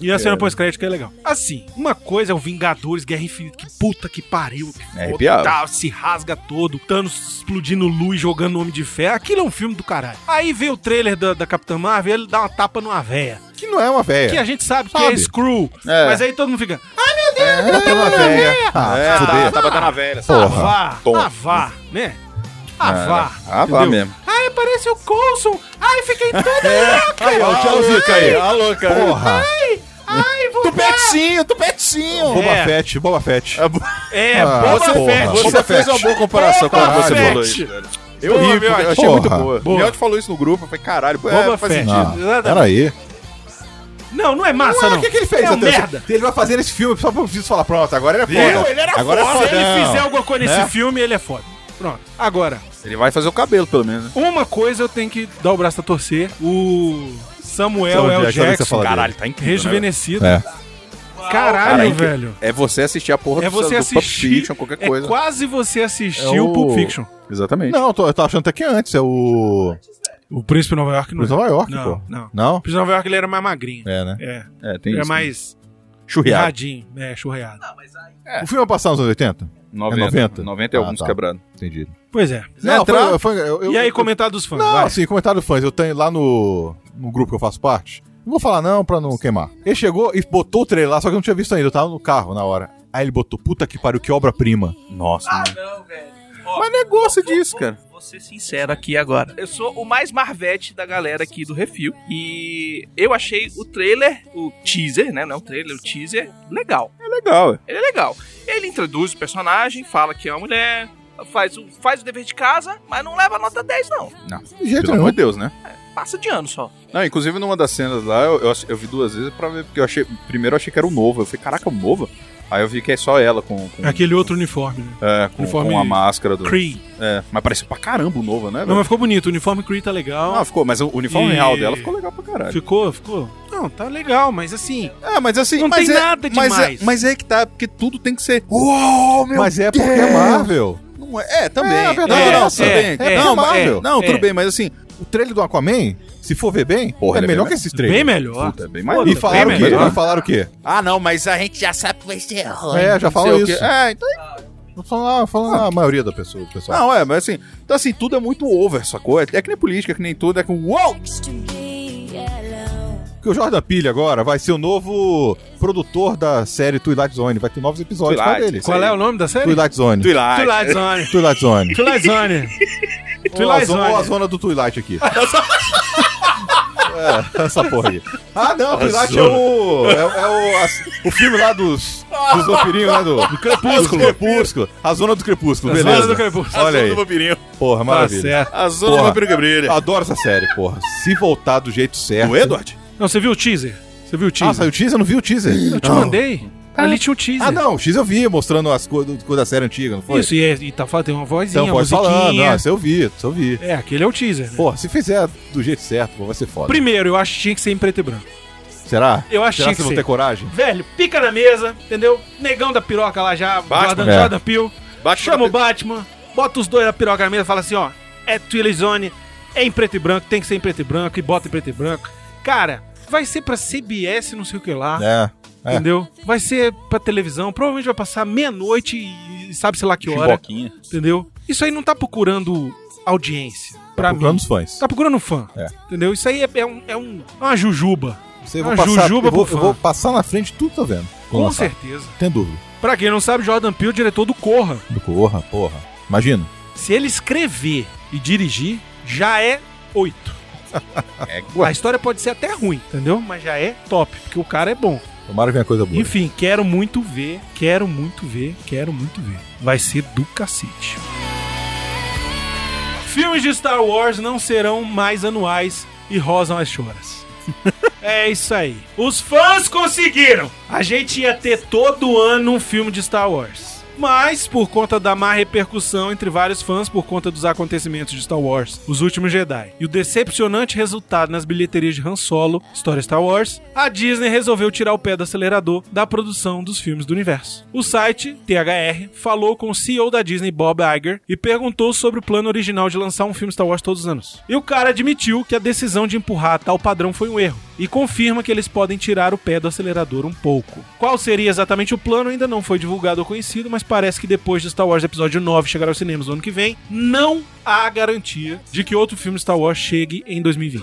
Speaker 1: E a cena pós-crédito que é legal. Assim, uma coisa é o Vingadores Guerra Infinita, que puta que pariu. Que foda,
Speaker 3: arrepiado.
Speaker 1: tal, se rasga todo, Thanos explodindo luz, jogando Homem de Ferro. Aquilo é um filme do caralho. Aí vem o trailer da, da Capitã Marvel, ele dá uma tapa numa véia.
Speaker 2: Que não é uma
Speaker 1: Que a
Speaker 2: véia.
Speaker 1: gente sabe, que
Speaker 2: Sabe.
Speaker 1: é Screw.
Speaker 3: É.
Speaker 1: Mas aí todo mundo fica,
Speaker 2: Não é uma véia. Ah,
Speaker 3: É, tá,
Speaker 2: fuder.
Speaker 3: tá batendo a velha.
Speaker 1: ah,
Speaker 2: Porra.
Speaker 1: vá,
Speaker 3: Tom.
Speaker 1: ah, vá, né? Ah, vá.
Speaker 3: Ah, vá
Speaker 1: entendeu?
Speaker 3: mesmo.
Speaker 1: Ai, parece o Coulson. Ai, fiquei toda louca.
Speaker 2: Aí, É. ó, o tchauzinho aí.
Speaker 3: Alô, cara.
Speaker 2: Porra.
Speaker 1: Ai, vou
Speaker 3: Tupetinho, tupetinho.
Speaker 2: Boba
Speaker 1: É.
Speaker 2: Fett, Boba Fett.
Speaker 1: É,
Speaker 2: Ah,
Speaker 1: Boba
Speaker 2: você-
Speaker 1: Fett.
Speaker 2: porra,
Speaker 3: Você
Speaker 2: Boba
Speaker 3: fez
Speaker 2: Fett.
Speaker 3: uma boa comparação
Speaker 1: Boba
Speaker 3: quando você
Speaker 1: Fett.
Speaker 3: falou isso. velho. Eu ri, porque eu achei
Speaker 2: Porra.
Speaker 3: muito boa.
Speaker 1: Boa.
Speaker 3: O Miotti falou isso no grupo, eu falei, caralho,
Speaker 1: Boba
Speaker 3: é, faz
Speaker 1: Fett.
Speaker 3: sentido.
Speaker 2: Ah, peraí.
Speaker 1: Não, não é massa, não.
Speaker 2: O que, que ele
Speaker 1: É
Speaker 2: fez? meu
Speaker 1: uma
Speaker 2: Deus?
Speaker 1: merda.
Speaker 2: Ele vai fazer esse filme só pra eu preciso falar, pronto, agora ele é
Speaker 1: Ele-
Speaker 2: foda. agora
Speaker 1: Se
Speaker 2: é fodão.
Speaker 1: ele fizer alguma coisa nesse
Speaker 2: Né?
Speaker 1: filme, ele é foda. Pronto. Agora,
Speaker 3: Ele vai fazer o cabelo, pelo menos. né?
Speaker 1: uma coisa eu tenho que dar o braço a torcer. O Samuel
Speaker 2: Samuel
Speaker 1: L.
Speaker 2: Jackson,
Speaker 1: Jackson,
Speaker 2: fala
Speaker 3: Caralho, tá incrível. né,
Speaker 1: rejuvenescido.
Speaker 2: É.
Speaker 1: Caralho,
Speaker 3: Cara, é incrível.
Speaker 1: velho.
Speaker 3: velho? É você assistir a porra
Speaker 1: É
Speaker 3: do-
Speaker 1: você
Speaker 3: do Pulp
Speaker 1: assistir.
Speaker 3: Fiction, qualquer
Speaker 1: é
Speaker 3: coisa.
Speaker 1: quase você assistir
Speaker 2: É
Speaker 1: o
Speaker 2: o-
Speaker 1: Pulp Fiction.
Speaker 3: Exatamente.
Speaker 2: Não, eu tô, eu tô achando até que antes, é o.
Speaker 1: O Príncipe de Nova York não.
Speaker 2: Mas Nova York,
Speaker 1: Não,
Speaker 2: pô.
Speaker 1: não. O
Speaker 2: Não?
Speaker 1: Príncipe de Nova York ele era mais magrinho.
Speaker 2: É, né?
Speaker 1: É,
Speaker 3: É, tem
Speaker 1: era
Speaker 3: isso.
Speaker 1: mais
Speaker 3: Churriado.
Speaker 1: erradinho, é, churreado.
Speaker 2: O filme vai passar nos anos 80?
Speaker 3: 90.
Speaker 2: É 90?
Speaker 3: 90 é
Speaker 2: Ah,
Speaker 3: alguns
Speaker 2: tá.
Speaker 3: quebrados.
Speaker 2: Entendi.
Speaker 1: Pois é.
Speaker 3: Não,
Speaker 2: foi, foi- eu- eu-
Speaker 1: e aí,
Speaker 2: eu-
Speaker 1: comentário dos fãs.
Speaker 2: Não,
Speaker 1: vai.
Speaker 2: assim, comentário dos fãs. Eu tenho lá no, no grupo que eu faço parte. Não vou falar não pra não queimar. Ele chegou e botou o trailer lá, só que eu não tinha visto ainda. Eu tava no carro na hora. Aí ele botou, puta que pariu, que obra-prima.
Speaker 3: Nossa. Ah, não, velho. Mas negócio disso, cara.
Speaker 8: Vou ser sincero aqui agora. Eu sou o mais Marvete da galera aqui do Refil. E eu achei o trailer, o teaser, né? Não é um trailer, o teaser, legal.
Speaker 3: É legal, é.
Speaker 8: Ele é legal. Ele introduz o personagem, fala que é uma mulher, faz o, faz o dever de casa, mas não leva nota 10, não.
Speaker 2: De jeito
Speaker 3: Pelo amor
Speaker 2: nenhum.
Speaker 3: de Deus, né?
Speaker 8: Passa de ano só.
Speaker 3: Não, inclusive numa das cenas lá, eu, eu, eu vi duas vezes pra ver, porque eu achei. Primeiro eu achei que era o novo. Eu falei, caraca, o novo? Aí eu vi que é só ela com. com
Speaker 1: Aquele outro uniforme, né?
Speaker 3: É, com,
Speaker 1: uniforme
Speaker 3: com a máscara do.
Speaker 1: Cree.
Speaker 3: É, mas pareceu pra caramba o novo, né?
Speaker 1: Não,
Speaker 3: velho?
Speaker 1: mas ficou bonito. O uniforme Cree tá legal.
Speaker 3: Ah, ficou, mas o uniforme
Speaker 1: E-
Speaker 3: real dela ficou legal pra caralho.
Speaker 1: Ficou, ficou. Não, tá legal, mas assim.
Speaker 3: Ah, mas assim,
Speaker 1: Não
Speaker 3: mas
Speaker 1: tem
Speaker 3: é,
Speaker 1: nada
Speaker 3: mas
Speaker 1: demais.
Speaker 3: É, mas é que tá, porque tudo tem que ser. Uou, meu
Speaker 2: Mas é porque é Marvel.
Speaker 3: Não é, é, também.
Speaker 2: É, a verdade
Speaker 3: não,
Speaker 2: é
Speaker 3: não,
Speaker 2: essa.
Speaker 3: tudo
Speaker 1: É,
Speaker 3: bem.
Speaker 1: é,
Speaker 3: não,
Speaker 2: é,
Speaker 3: mas-
Speaker 2: é,
Speaker 3: não, tudo
Speaker 1: é.
Speaker 3: bem, mas assim,
Speaker 2: O trailer do Aquaman, se for ver bem, é
Speaker 3: Porra, ele é
Speaker 2: melhor
Speaker 3: bem
Speaker 2: que esse
Speaker 1: Bem
Speaker 2: trailer.
Speaker 1: melhor.
Speaker 3: puta, é bem mais
Speaker 1: Puta,
Speaker 2: E falaram o
Speaker 1: bem
Speaker 2: quê?
Speaker 1: melhor.
Speaker 2: E falaram o quê?
Speaker 4: Ah, não, mas a gente já sabe que vai ser ruim.
Speaker 2: É, já
Speaker 3: sei
Speaker 2: falam
Speaker 3: o
Speaker 2: isso.
Speaker 3: quê. É, então.
Speaker 2: Não falam, falam a maioria da pessoa, do pessoal.
Speaker 3: Não, é, mas assim, então assim, tudo é muito over, sacou? É, é que nem política, é que nem tudo, é com uou!
Speaker 2: Porque o Jordan Peele agora vai ser o novo produtor da série Twilight Zone. Vai ter novos episódios
Speaker 3: Twilight.
Speaker 2: só dele.
Speaker 1: Qual é o nome da série?
Speaker 2: Twilight Zone.
Speaker 3: Twilight.
Speaker 1: Twilight Zone.
Speaker 2: Twilight Zone.
Speaker 1: Twilight Zone.
Speaker 2: Ou a
Speaker 1: Twilight
Speaker 2: zona, ou a
Speaker 1: Zone.
Speaker 2: zona do Twilight aqui. É, essa porra aí. Ah, não, o Twilight é o. É, é o, a- o filme lá dos. Dos vampirinhos, né? Do, Crepúsculo. Crepúsculo. A zona do Crepúsculo,
Speaker 1: A
Speaker 2: beleza.
Speaker 1: zona do Crepúsculo.
Speaker 2: Olha aí.
Speaker 3: vampirinho.
Speaker 2: Porra,
Speaker 1: Tá
Speaker 2: maravilha.
Speaker 1: certo.
Speaker 3: A zona
Speaker 2: Porra.
Speaker 3: do vampiro que brilha.
Speaker 2: Adoro essa série, porra. Se voltar do jeito certo.
Speaker 3: O Edward?
Speaker 1: Não, você viu o teaser? Você viu o
Speaker 2: Ah,
Speaker 1: teaser?
Speaker 2: saiu o teaser? Eu não vi o teaser.
Speaker 1: Eu te mandei. Ali tinha o teaser.
Speaker 2: Ah, não, o X eu vi, mostrando as coisas da série antiga, não foi?
Speaker 1: Isso, e, é- e tá falando, tem uma vozinha,
Speaker 2: Então
Speaker 1: uma
Speaker 2: pode falar, não,
Speaker 1: musiquinha.
Speaker 2: isso eu vi, isso eu vi.
Speaker 1: É, aquele é o teaser. né?
Speaker 2: Porra, se fizer do jeito certo, pô, vai ser foda.
Speaker 1: Primeiro, eu acho que tinha que ser em preto e branco.
Speaker 2: Será?
Speaker 1: Eu acho
Speaker 2: Será
Speaker 1: que
Speaker 2: que vocês vão
Speaker 1: sim.
Speaker 2: ter coragem?
Speaker 1: Velho, pica na mesa, entendeu? Negão da piroca lá já, guardando
Speaker 2: É.
Speaker 1: Jordan Peele.
Speaker 3: Bate
Speaker 1: Chama o
Speaker 3: na-
Speaker 1: Batman, bota os dois na piroca na mesa e fala assim, ó, é Twilight Zone, é em preto e branco, tem que ser em preto e branco, e bota em preto e branco. Cara, vai ser pra CBS não sei o que lá,
Speaker 2: É. é.
Speaker 1: entendeu? Vai ser pra televisão, provavelmente vai passar meia-noite e sabe sei lá que hora,
Speaker 3: Chimboquinha.
Speaker 1: entendeu? Isso aí não tá procurando audiência, pra mim.
Speaker 2: Procurando os fãs.
Speaker 1: Tá procurando fã,
Speaker 2: É.
Speaker 1: entendeu? Isso aí é, é um, é um- é uma jujuba,
Speaker 2: Você
Speaker 1: Ah,
Speaker 2: vou passar,
Speaker 1: Jujuba
Speaker 2: eu, vou,
Speaker 1: pro fã.
Speaker 2: eu vou passar na frente de tudo que tô vendo. Vou
Speaker 1: com
Speaker 2: lançar.
Speaker 1: certeza.
Speaker 2: Não Tem dúvida.
Speaker 1: Pra quem não sabe, Jordan Peele é o diretor do Corra.
Speaker 2: Do Corra, porra. Imagina.
Speaker 1: Se ele escrever e dirigir, já é oito. A história pode ser até ruim, entendeu? Mas já é top, porque o cara é bom.
Speaker 2: Tomara que venha coisa boa.
Speaker 1: Enfim, quero muito ver, quero muito ver, quero muito ver. Vai ser do cacete. Filmes de Star Wars não serão mais anuais e rosam as choras. é isso aí. Os fãs conseguiram! A gente ia ter todo ano um filme de Star Wars. Mas, por conta da má repercussão entre vários fãs por conta dos acontecimentos de Star Wars, Os Últimos Jedi, e o decepcionante resultado nas bilheterias de Han Solo, história Star Wars, a Disney resolveu tirar o pé do acelerador da produção dos filmes do universo. O site, THR, falou com o CEO da Disney, Bob Iger, e perguntou sobre o plano original de lançar um filme Star Wars todos os anos. E o cara admitiu que a decisão de empurrar tal padrão foi um erro, e confirma que eles podem tirar o pé do acelerador um pouco. Qual seria exatamente o plano ainda não foi divulgado ou conhecido, mas parece que depois de Star Wars Episódio 9 chegar aos cinemas no ano que vem, não há garantia de que outro filme Star Wars chegue em 2020.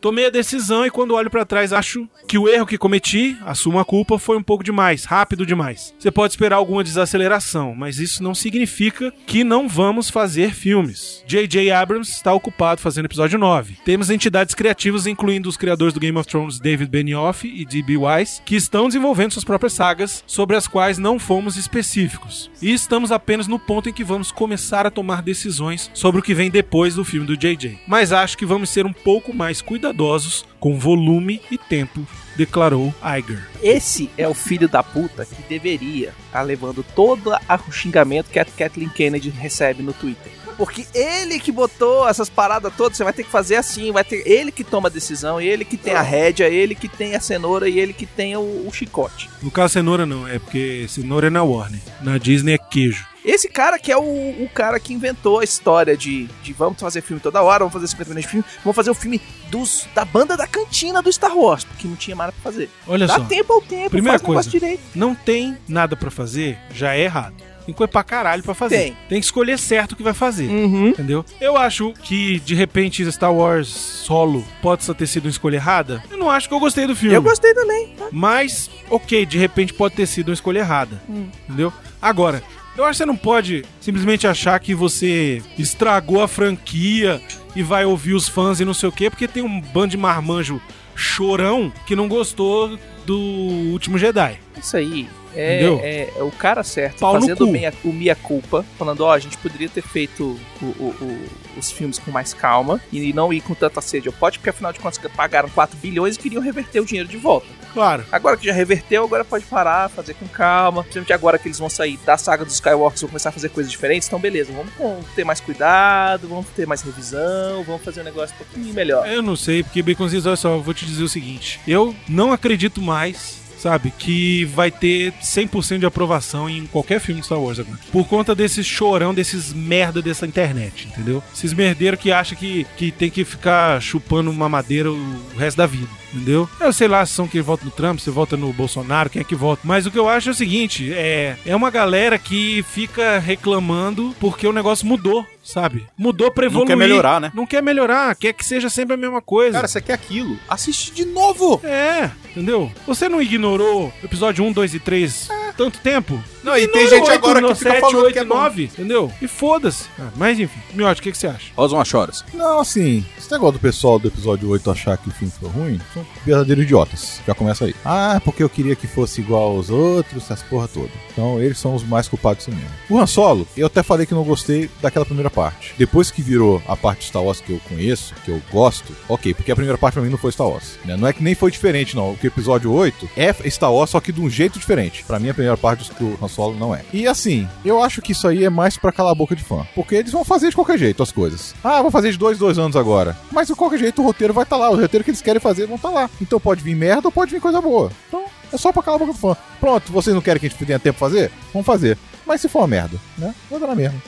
Speaker 1: Tomei a decisão e quando olho pra trás acho que o erro que cometi, assumo a culpa, foi um pouco demais, rápido demais. Você pode esperar alguma desaceleração, mas isso não significa que não vamos fazer filmes. J.J. Abrams está ocupado fazendo episódio 9. Temos entidades criativas, incluindo os criadores do Game of Thrones, David Benioff e D.B. Weiss, que estão desenvolvendo suas próprias sagas, sobre as quais não fomos específicos. E estamos apenas no ponto em que vamos começar a tomar decisões sobre o que vem depois do filme do JJ. Mas acho que vamos ser um pouco mais cuidadosos com volume e tempo, declarou Iger.
Speaker 8: Esse é o filho da puta que deveria estar levando todo a- o xingamento que a Kathleen Kennedy recebe no Twitter. Porque ele que botou essas paradas todas, você vai ter que fazer assim, vai ter ele que toma a decisão, ele que tem a rédea, ele que tem a cenoura e ele que tem o, o chicote.
Speaker 1: No caso, cenoura não, é porque cenoura é na Warner. Na Disney é queijo.
Speaker 8: Esse cara que é o, o cara que inventou a história de, de vamos fazer filme toda hora, vamos fazer 50 minutos de filme, vamos fazer o filme dos, da banda da cantina do Star Wars, porque não tinha nada pra fazer.
Speaker 1: Olha
Speaker 8: Dá
Speaker 1: só,
Speaker 8: tempo ao tempo,
Speaker 1: Primeira
Speaker 8: faz o negócio
Speaker 1: coisa.
Speaker 8: direito.
Speaker 1: não tem nada pra fazer, já é errado. Tem coisa pra caralho pra fazer.
Speaker 8: Tem.
Speaker 1: que escolher certo o que vai fazer.
Speaker 8: Uhum.
Speaker 1: Entendeu? Eu acho que, de repente, Star Wars solo pode só ter sido uma escolha errada. Eu não acho que eu gostei do filme.
Speaker 8: Eu gostei também.
Speaker 1: Mas, ok, de repente pode ter sido uma escolha errada. Entendeu? Agora, Eu acho que você não pode simplesmente achar que você estragou a franquia e vai ouvir os fãs e não sei o quê, porque tem um bando de marmanjo chorão que não gostou do último Jedi.
Speaker 8: Isso aí é,
Speaker 1: Entendeu?
Speaker 8: é- é o cara certo,
Speaker 1: Pau no
Speaker 8: fazendo
Speaker 1: cu.
Speaker 8: meia- o Mia Culpa, falando, ó, a gente poderia ter feito o- o- o- os filmes com mais calma e não ir com tanta sede ao pote, porque afinal de contas pagaram 4 bilhões e queriam reverter o dinheiro de volta.
Speaker 1: Claro.
Speaker 8: Agora que já reverteu, agora pode parar, fazer com calma. Principalmente agora que eles vão sair da saga dos Skywalkers e vão começar a fazer coisas diferentes, então beleza, vamos com- ter mais cuidado, vamos ter mais revisão, vamos fazer um negócio um pouquinho melhor.
Speaker 1: Eu não sei, porque Baconzitos, olha só, eu vou te dizer o seguinte. Eu não acredito mais, sabe, que vai ter 100% de aprovação em qualquer filme de Star Wars agora. Por conta desse chorão, desses merda dessa internet, entendeu? Esses merdeiros que acham que, que tem que ficar chupando mamadeira o resto da vida, entendeu? Eu sei lá se são quem vota no Trump, se vota no Bolsonaro, quem é que vota. Mas o que eu acho é o seguinte, é, é uma galera que fica reclamando porque o negócio mudou, sabe? Mudou pra
Speaker 3: Não
Speaker 1: evoluir.
Speaker 3: quer melhorar, né?
Speaker 1: Não quer melhorar, quer que seja sempre a mesma coisa.
Speaker 3: Cara, você quer aquilo? Assiste de novo!
Speaker 1: é, entendeu? Você não ignorou episódio 1, 2 e 3 tanto tempo?
Speaker 3: Não, e
Speaker 1: Ignora
Speaker 3: tem gente
Speaker 1: oito,
Speaker 3: agora que
Speaker 1: no-
Speaker 3: fica
Speaker 1: sete,
Speaker 3: falando
Speaker 1: oito,
Speaker 3: que é bom.
Speaker 1: nove, entendeu? E foda-se. Ah, mas enfim, Miotti, o que, que você acha?
Speaker 3: Olha os machoras.
Speaker 2: Não, assim, esse negócio do pessoal do episódio 8 achar que o filme foi ruim, são verdadeiros idiotas. Já começa aí. Ah, porque eu queria que fosse igual aos outros, essas porra toda. Então, eles são os mais culpados disso mesmo. O Han Solo, eu até falei que não gostei daquela primeira parte. Depois que virou a parte de Star Wars que eu conheço, que eu gosto, ok, porque a primeira parte pra mim não foi Star Wars. né? Não é que nem foi diferente, não. O que o episódio 8 é Star Wars, só que de um jeito diferente. Pra mim, a primeira parte do Han Solo não é. E assim, eu acho que isso aí é mais pra calar a boca de fã. Porque eles vão fazer de qualquer jeito as coisas. Ah, vou fazer de dois, dois anos agora. Mas de qualquer jeito o roteiro vai estar lá. O roteiro que eles querem fazer vão estar lá. Então pode vir merda ou pode vir coisa boa. Então é só pra calar a boca do fã. Pronto, vocês não querem que a gente tenha tempo pra fazer? Vamos fazer. Mas se for uma merda, né? Vai dar na mesma.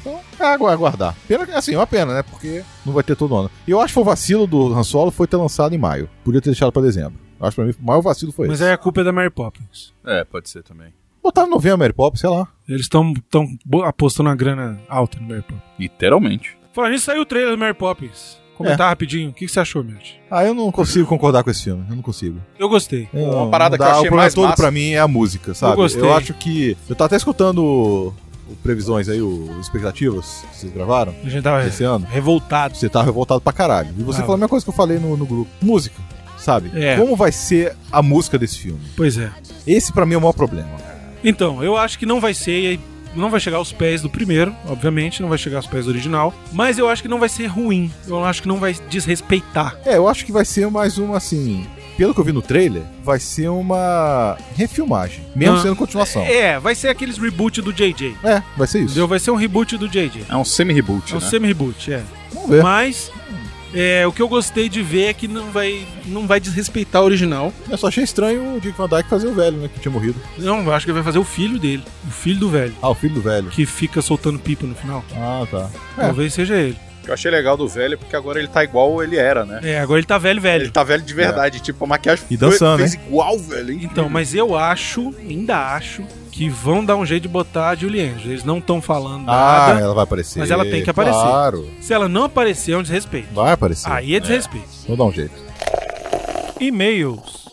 Speaker 2: Então, é agu- aguardar. Pena, que- assim, uma pena, né? Porque não vai ter todo ano. E eu acho que o vacilo do Han Solo foi ter lançado em maio. Podia ter deixado pra dezembro. Eu acho que pra mim o maior vacilo foi
Speaker 1: Mas
Speaker 2: esse.
Speaker 1: aí a culpa é da Mary Poppins.
Speaker 3: É, pode ser também.
Speaker 2: Botar em novembro, Mary Pop, sei lá.
Speaker 1: Eles estão tão bo- apostando uma grana alta no Mary Poppins. É.
Speaker 3: Literalmente.
Speaker 1: Falando nisso, saiu o trailer do Mary Poppins. Comentar rapidinho, o que, que você achou, Miotti?
Speaker 2: Ah, eu não consigo concordar com esse filme. Eu não consigo.
Speaker 1: Eu gostei.
Speaker 2: Eu-
Speaker 3: Uma parada
Speaker 2: não dá.
Speaker 3: que eu achei
Speaker 2: O problema
Speaker 3: mais
Speaker 2: todo
Speaker 3: massa.
Speaker 2: pra mim é a música, sabe?
Speaker 1: gostei.
Speaker 2: acho que... Eu tava até escutando o- o Previsões aí, o Expectativas, que vocês gravaram
Speaker 1: A gente tava
Speaker 2: esse ano.
Speaker 1: revoltado.
Speaker 2: Você tava revoltado pra caralho. E você
Speaker 1: É. Tava.
Speaker 2: falou a mesma coisa que eu falei no, no grupo. Música, sabe?
Speaker 1: É.
Speaker 2: Como vai ser a música desse filme?
Speaker 1: Pois é.
Speaker 2: Esse pra mim é o maior problema.
Speaker 1: Então, eu acho que não vai ser, e aí não vai chegar aos pés do primeiro, obviamente, não vai chegar aos pés do original, mas eu acho que não vai ser ruim, eu acho que não vai desrespeitar.
Speaker 2: É, eu acho que vai ser mais uma assim. Pelo que eu vi no trailer, vai ser uma refilmagem, mesmo
Speaker 1: Ah.
Speaker 2: sendo continuação. É,
Speaker 1: É, vai ser aqueles reboot do JJ.
Speaker 2: vai ser isso.
Speaker 1: Entendeu? Vai ser um reboot do JJ.
Speaker 3: É um semi-reboot,
Speaker 1: É um semi-reboot, é.
Speaker 2: Vamos ver.
Speaker 1: Mas é, o que eu gostei de ver é que não vai, não vai desrespeitar o original.
Speaker 2: Eu só achei estranho o Dick Van Dyke fazer o velho, né? Que tinha morrido.
Speaker 1: Não, eu acho que ele vai fazer o filho dele, o filho do velho,
Speaker 2: Ah, o filho do velho.
Speaker 1: que fica soltando pipa no final.
Speaker 2: Ah, tá.
Speaker 1: Talvez seja ele.
Speaker 3: Eu achei legal do velho, porque agora ele tá igual ele era, né?
Speaker 1: É, agora ele tá velho, velho.
Speaker 3: Ele tá velho de verdade. Tipo, a maquiagem
Speaker 2: E dançando,
Speaker 3: fez igual, velho. hein?
Speaker 1: Então, mas eu acho, ainda acho, que vão dar um jeito de botar a Julie Andrews. Eles não estão falando
Speaker 2: Ah,
Speaker 1: nada.
Speaker 2: ela vai aparecer.
Speaker 1: Mas ela tem que aparecer.
Speaker 2: Claro,
Speaker 1: Se ela não aparecer, é um desrespeito.
Speaker 2: vai aparecer.
Speaker 1: Aí é desrespeito.
Speaker 2: Vou dar um jeito.
Speaker 1: E-mails.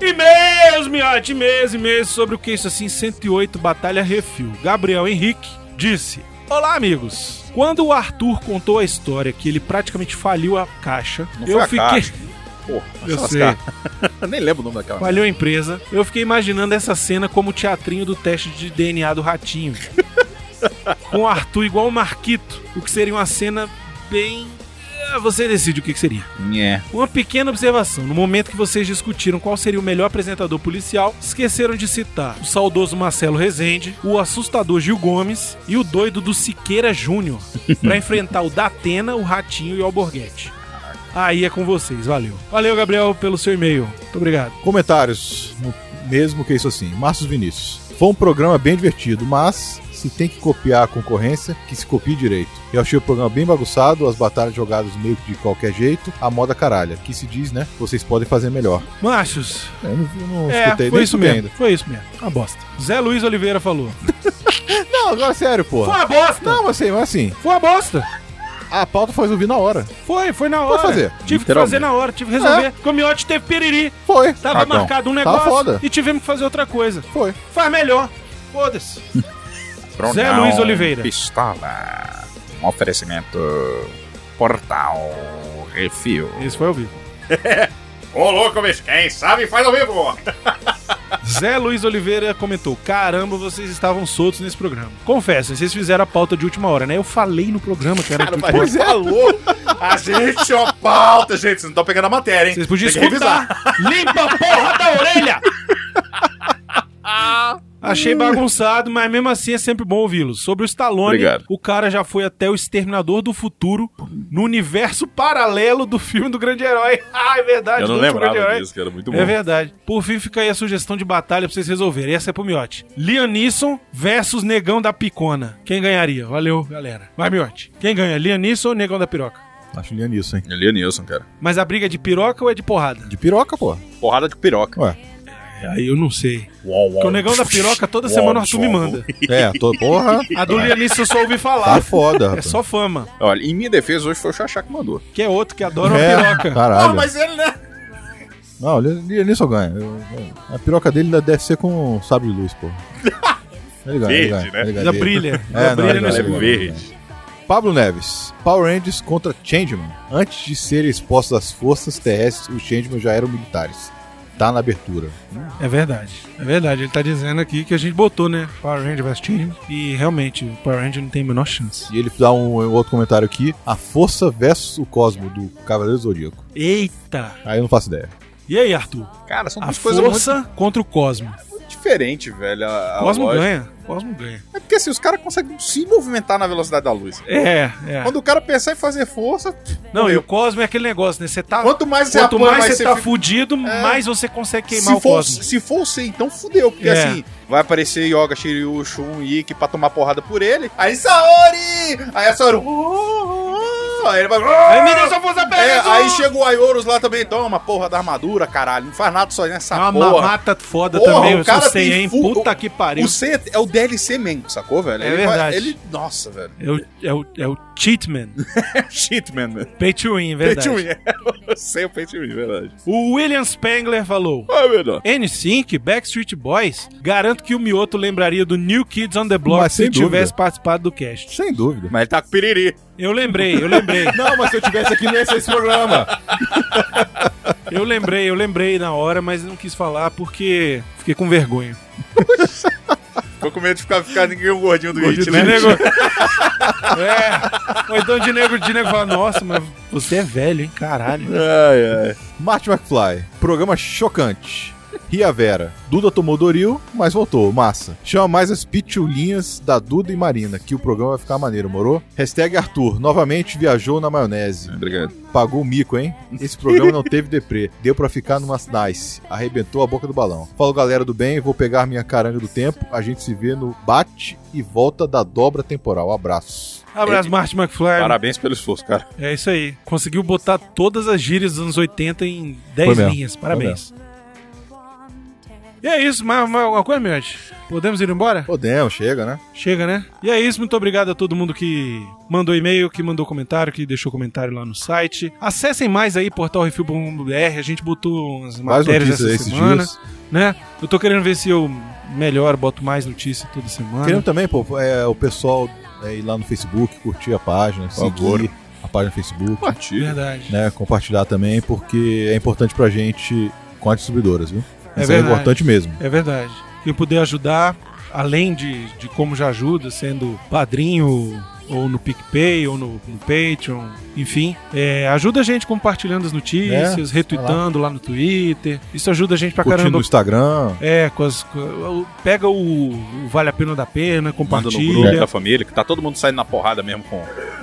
Speaker 1: E-mails, miote, e-mails, e-mails sobre o que isso assim, 108 Batalha Refil. Gabriel Henrique disse: Olá, amigos. Quando o Arthur contou a história que ele praticamente faliu a caixa,
Speaker 3: Não
Speaker 1: eu
Speaker 3: foi a
Speaker 1: fiquei.
Speaker 3: caixa. Porra,
Speaker 1: Eu
Speaker 3: vai se
Speaker 1: sei.
Speaker 3: lascar. Eu nem lembro o nome daquela.
Speaker 1: Valeu a empresa. Eu fiquei imaginando essa cena como o teatrinho do teste de DNA do ratinho. Com o Arthur igual o Marquito, o que seria uma cena bem. Ah, Você decide o que que seria.
Speaker 3: É.
Speaker 1: Uma pequena observação: no momento que vocês discutiram qual seria o melhor apresentador policial, esqueceram de citar o saudoso Marcelo Rezende, o assustador Gil Gomes e o doido do Siqueira Júnior pra enfrentar o Datena, o Ratinho e o Alborguete. Aí é com vocês, valeu. Valeu, Gabriel, pelo seu e-mail. Muito obrigado.
Speaker 2: Comentários, no- mesmo que isso assim. Márcio Vinícius. Foi um programa bem divertido, mas se tem que copiar a concorrência, que se copie direito. Eu achei o programa bem bagunçado, as batalhas jogadas meio que de qualquer jeito, a moda caralha, que se diz, né? Vocês podem fazer melhor.
Speaker 1: Machos.
Speaker 2: Eu não, eu não
Speaker 1: É,
Speaker 2: escutei
Speaker 1: foi
Speaker 2: nem
Speaker 1: isso
Speaker 2: escutei
Speaker 1: mesmo. Foi isso mesmo. Uma bosta. Zé Luiz Oliveira falou.
Speaker 2: Não, agora é sério, porra.
Speaker 1: uma bosta!
Speaker 2: Não, mas assim, mas assim,
Speaker 1: Foi uma bosta!
Speaker 2: a pauta foi resolvida na hora.
Speaker 1: Foi, foi na hora.
Speaker 2: fazer.
Speaker 1: Tive que
Speaker 3: Literalmente.
Speaker 1: fazer na hora, tive que resolver. Porque o Miotti teve piriri.
Speaker 2: Foi.
Speaker 1: Tava
Speaker 2: Cagão.
Speaker 1: marcado um
Speaker 2: Ah, Tava
Speaker 1: negócio
Speaker 2: foda.
Speaker 1: e tivemos que fazer outra coisa.
Speaker 2: Foi.
Speaker 1: Faz melhor. Foda-se.
Speaker 3: Brunão,
Speaker 1: Zé Luiz Oliveira.
Speaker 3: Pistola. Um oferecimento. Portal. Refil.
Speaker 1: Isso foi ao vivo.
Speaker 3: Ô, louco, bicho. Quem sabe faz ao vivo.
Speaker 1: Zé Luiz Oliveira comentou: Caramba, vocês estavam soltos nesse programa. Confesso, vocês fizeram a pauta de última hora, né? Eu falei no programa que era de última hora.
Speaker 3: Pois é. Falou. A gente, ó, pauta, gente. Vocês não estão pegando a matéria, hein?
Speaker 1: Vocês podiam
Speaker 3: Tem que
Speaker 1: escutar. Limpa a porra da orelha! Achei bagunçado, mas mesmo assim é sempre bom ouvi-los. Sobre o Stallone,
Speaker 3: Obrigado.
Speaker 1: o cara já foi até o Exterminador do Futuro no universo paralelo do filme do Grande Herói. Ah, é verdade.
Speaker 9: Eu não
Speaker 1: do último Grande
Speaker 9: lembrava
Speaker 1: Herói.
Speaker 9: disso, cara. Muito bom.
Speaker 1: É verdade. Por fim, fica aí a sugestão de batalha pra vocês resolverem. Essa é pro Miotti. Liam Neeson versus Negão da Picona. Quem ganharia? Valeu, galera. Vai, Miotti. Quem ganha? Liam Neeson ou Negão da Piroca?
Speaker 2: Acho linha nisso, Tá hein?
Speaker 3: Ele é Nilson, cara.
Speaker 1: Mas a briga é de piroca ou é de porrada?
Speaker 2: De piroca, pô.
Speaker 3: Porrada de piroca.
Speaker 1: É, Aí eu não sei.
Speaker 3: Uau, uau.
Speaker 1: Porque o Negão da Piroca toda
Speaker 3: Uau,
Speaker 1: semana o Arthur me
Speaker 3: uau.
Speaker 1: manda.
Speaker 2: É, tô, porra.
Speaker 1: A do Liam Neeson eu só ouvi
Speaker 2: Tá
Speaker 1: falar.
Speaker 2: foda,
Speaker 1: É
Speaker 2: rapaz.
Speaker 1: só fama.
Speaker 3: Olha, em minha defesa, hoje foi o Xaxá que mandou.
Speaker 1: Que é outro que adora uma
Speaker 2: É,
Speaker 1: piroca.
Speaker 2: Caralho.
Speaker 3: ele, né?
Speaker 2: Não, ele nisso ganha. Eu- eu- A piroca dele ainda deve ser com sabre de luz, pô. Ele ganha, ele
Speaker 9: Verde,
Speaker 2: ganha,
Speaker 9: né?
Speaker 2: ele ganha
Speaker 1: Ainda
Speaker 2: dele.
Speaker 1: brilha.
Speaker 2: É,
Speaker 1: Ainda
Speaker 2: não,
Speaker 1: brilha
Speaker 2: ele
Speaker 1: no
Speaker 2: ganha,
Speaker 1: escuro.
Speaker 2: ele
Speaker 9: Verde.
Speaker 2: Pablo Neves, Power Rangers contra Changeman. Antes de serem expostos às forças terrestres, os Changeman já eram militares. Tá na abertura.
Speaker 1: É verdade. É verdade. Ele tá dizendo aqui que a gente botou, né? Power Ranger vs. Team. E realmente, o Power Ranger não tem a menor chance.
Speaker 2: E ele dá um, um outro comentário aqui: A Força versus o Cosmo do Cavaleiro do Zodíaco.
Speaker 1: Eita!
Speaker 2: Aí eu não faço ideia.
Speaker 1: E aí, Arthur?
Speaker 3: Cara, são
Speaker 1: A
Speaker 3: duas coisas muito Ah,
Speaker 1: força contra o Cosmo.
Speaker 3: diferentes, velho. A, a
Speaker 1: Cosmo
Speaker 3: lógica.
Speaker 1: ganha. Cosmo ganha.
Speaker 3: É porque assim, os caras conseguem se movimentar na velocidade da luz.
Speaker 1: É, é.
Speaker 3: Quando o cara pensar em fazer força,
Speaker 1: Não, e o Cosmo é aquele negócio, né? Você tá.
Speaker 3: quanto mais você
Speaker 1: Quanto
Speaker 3: apanha,
Speaker 1: mais você tá
Speaker 3: fica-
Speaker 1: fudido, mais você consegue queimar
Speaker 3: se
Speaker 1: o
Speaker 3: for,
Speaker 1: Cosmo.
Speaker 3: se for você, então fudeu. Porque
Speaker 1: É.
Speaker 3: assim, vai aparecer Yoga, Shiryu, Shun, Ikki pra tomar porrada por ele. Aí Saori! Aí a Saori. uh, Aí ele vai. uh,
Speaker 1: Aí me deixa a força
Speaker 3: É,
Speaker 1: pegar!
Speaker 3: aí chega o Aiorus lá também, toma porra da armadura, caralho. Não faz nada só nessa
Speaker 1: É uma
Speaker 3: porra.
Speaker 1: mamata foda
Speaker 3: Porra,
Speaker 1: também,
Speaker 3: o
Speaker 1: o
Speaker 3: cara
Speaker 1: sei,
Speaker 3: tem
Speaker 1: hein?
Speaker 3: fu-
Speaker 1: Puta que pariu.
Speaker 3: O C é o DLC mesmo, sacou, velho?
Speaker 1: É
Speaker 3: ele
Speaker 1: verdade.
Speaker 3: ele, nossa, velho.
Speaker 1: É o, é o, é o Cheatman. É
Speaker 3: Shitman, velho.
Speaker 1: Pay to win, verdade.
Speaker 3: Pay-to-win. Eu sei o Pay-to-win, verdade.
Speaker 1: O William Spengler falou.
Speaker 3: Ah, verdade.
Speaker 1: N5, Backstreet Boys, garanto que o Mioto lembraria do New Kids on the Block
Speaker 2: Mas
Speaker 1: se
Speaker 2: sem dúvida.
Speaker 1: tivesse participado do cast.
Speaker 2: Sem dúvida.
Speaker 3: Mas ele tá com piriri.
Speaker 1: Eu lembrei, eu lembrei,
Speaker 2: Não, mas se eu tivesse aqui, não ia ser esse programa.
Speaker 1: eu lembrei, eu lembrei na hora, mas não quis falar porque fiquei com vergonha.
Speaker 3: Tô com medo de ficar, ficar ninguém gordinho do It,
Speaker 1: de
Speaker 3: né?
Speaker 1: nego... é, ou então de nego, de nego fala, nossa, mas você é velho, hein, caralho.
Speaker 3: Ai, ai.
Speaker 2: Marty McFly, programa chocante. Ria Vera, Duda tomou Doril, mas voltou, massa. Chama mais as pitulinhas da Duda e Marina, que o programa vai ficar maneiro, moro? Hashtag Arthur, novamente viajou na maionese.
Speaker 3: Obrigado.
Speaker 2: Pagou o mico, hein? Esse programa não teve deprê. Deu pra ficar numa nice. Arrebentou a boca do balão. Falou, galera do bem, vou pegar minha caranga do tempo. A gente se vê no bate e volta da dobra temporal. Abraço.
Speaker 3: É.
Speaker 1: Abraço, Martin McFly.
Speaker 3: Parabéns pelo esforço, cara.
Speaker 1: É isso aí. Conseguiu botar todas as gírias dos anos 80 em 10
Speaker 2: Foi mesmo.
Speaker 1: linhas. Parabéns. E é isso, mais mais alguma coisa, Miotti? Podemos ir embora?
Speaker 2: Podemos, chega, né?
Speaker 1: Chega, né? E é isso, muito obrigado a todo mundo que mandou e-mail, que mandou comentário, que deixou comentário lá no site. Acessem mais aí, portalrefil.br, a gente botou umas
Speaker 2: Mais
Speaker 1: matérias
Speaker 2: notícias
Speaker 1: essa
Speaker 2: esses
Speaker 1: semana,
Speaker 2: dias.
Speaker 1: né? Eu tô querendo ver se eu melhoro, boto mais notícia toda semana.
Speaker 2: Querendo também, pô, é, o pessoal é, ir lá no Facebook, curtir a página,
Speaker 3: favor.
Speaker 2: seguir a página no Facebook,
Speaker 3: Partilha.
Speaker 1: Verdade.
Speaker 2: né? Compartilhar também, porque é importante pra gente com as distribuidoras, viu?
Speaker 1: É
Speaker 2: Isso é,
Speaker 1: verdade.
Speaker 2: importante mesmo.
Speaker 1: É verdade. Quem puder ajudar, além de, de como já ajuda, sendo padrinho ou no PicPay ou no, no Patreon, enfim, é, ajuda a gente compartilhando as notícias, retweetando lá. no Twitter. Isso ajuda a gente pra
Speaker 2: Curtindo no
Speaker 1: caramba.
Speaker 2: Instagram.
Speaker 1: É, com as, com- o- pega o, o Vale a Pena da Pena,
Speaker 3: Manda no grupo
Speaker 1: compartilha.
Speaker 3: da família, que tá todo mundo saindo na porrada mesmo com,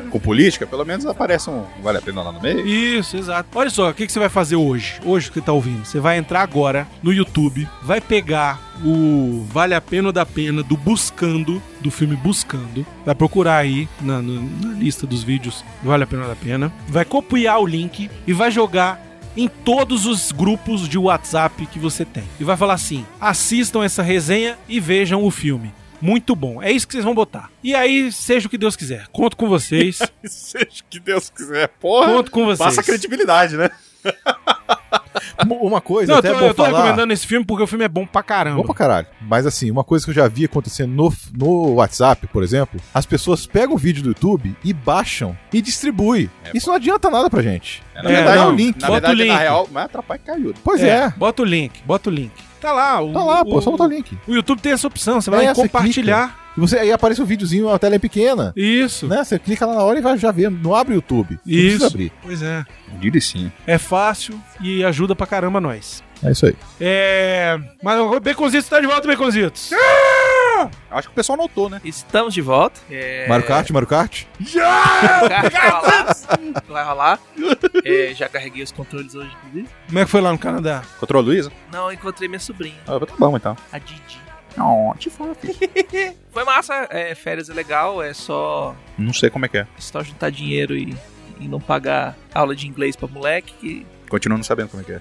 Speaker 3: com política, pelo menos aparece um vale a pena lá no meio.
Speaker 1: Isso, exato. Olha só, o que, que você vai fazer hoje? Hoje que tá ouvindo. Você vai entrar agora no YouTube, vai pegar o Vale a Pena ou da Pena do Buscando, do filme Buscando. Vai procurar aí na, na- na lista dos vídeos do Vale a Pena ou da Pena. Vai copiar o link e vai jogar em todos os grupos de WhatsApp que você tem. E vai falar assim: assistam essa resenha e vejam o filme. Muito bom. É isso que vocês vão botar. E aí, seja o que Deus quiser. Conto com vocês.
Speaker 3: Seja o que Deus quiser, porra.
Speaker 1: Conto com vocês.
Speaker 3: Passa credibilidade, né?
Speaker 2: Uma coisa,
Speaker 1: Não, eu tô,
Speaker 2: até é bom
Speaker 1: eu tô
Speaker 2: falar.
Speaker 1: recomendando esse filme porque o filme é bom pra caramba.
Speaker 2: Bom pra caralho. Mas assim, uma coisa que eu já vi acontecendo no, no WhatsApp, por exemplo, as pessoas pegam o vídeo do YouTube e baixam e distribuem. Isso não adianta nada pra gente.
Speaker 3: É,
Speaker 1: É,
Speaker 2: verdade,
Speaker 1: não,
Speaker 2: é um link.
Speaker 3: Na
Speaker 1: Bota
Speaker 3: verdade,
Speaker 1: o link.
Speaker 3: na real, mas atrapalha caiu. né?
Speaker 2: Pois
Speaker 1: É,
Speaker 2: é.
Speaker 1: Bota o link, bota o link. Tá lá, o,
Speaker 2: Tá lá, pô,
Speaker 1: o,
Speaker 2: só botar o link.
Speaker 1: o YouTube tem essa opção, você
Speaker 2: É
Speaker 1: vai lá e
Speaker 2: essa,
Speaker 1: compartilhar.
Speaker 2: E você, aí aparece um videozinho, a tela é pequena.
Speaker 1: Isso.
Speaker 2: Né? Você clica lá na hora e vai já ver. Não abre o YouTube. Não
Speaker 1: Isso.
Speaker 2: precisa abrir.
Speaker 1: Pois é.
Speaker 3: Diricinho.
Speaker 1: É fácil e ajuda pra caramba nós.
Speaker 2: É isso aí.
Speaker 1: É. Mas o Beconzitos tá de volta, Beconzitos.
Speaker 3: Acho que o pessoal notou, né?
Speaker 8: Estamos de volta. É...
Speaker 2: Mario Kart, Mario Kart?
Speaker 8: Vai rolar. Vai rolar. É, já carreguei os controles hoje, inclusive.
Speaker 1: Como é que foi lá no Canadá?
Speaker 3: Control Luísa?
Speaker 8: Não, encontrei minha sobrinha,
Speaker 3: Ah, tá bom, então.
Speaker 8: a Didi.
Speaker 3: Não, te falo.
Speaker 8: Foi massa, é, férias é legal, é só,
Speaker 3: Não sei como é que é.
Speaker 8: só juntar dinheiro e, e não pagar aula de inglês pra moleque. que-
Speaker 3: Continuo não sabendo como é que é.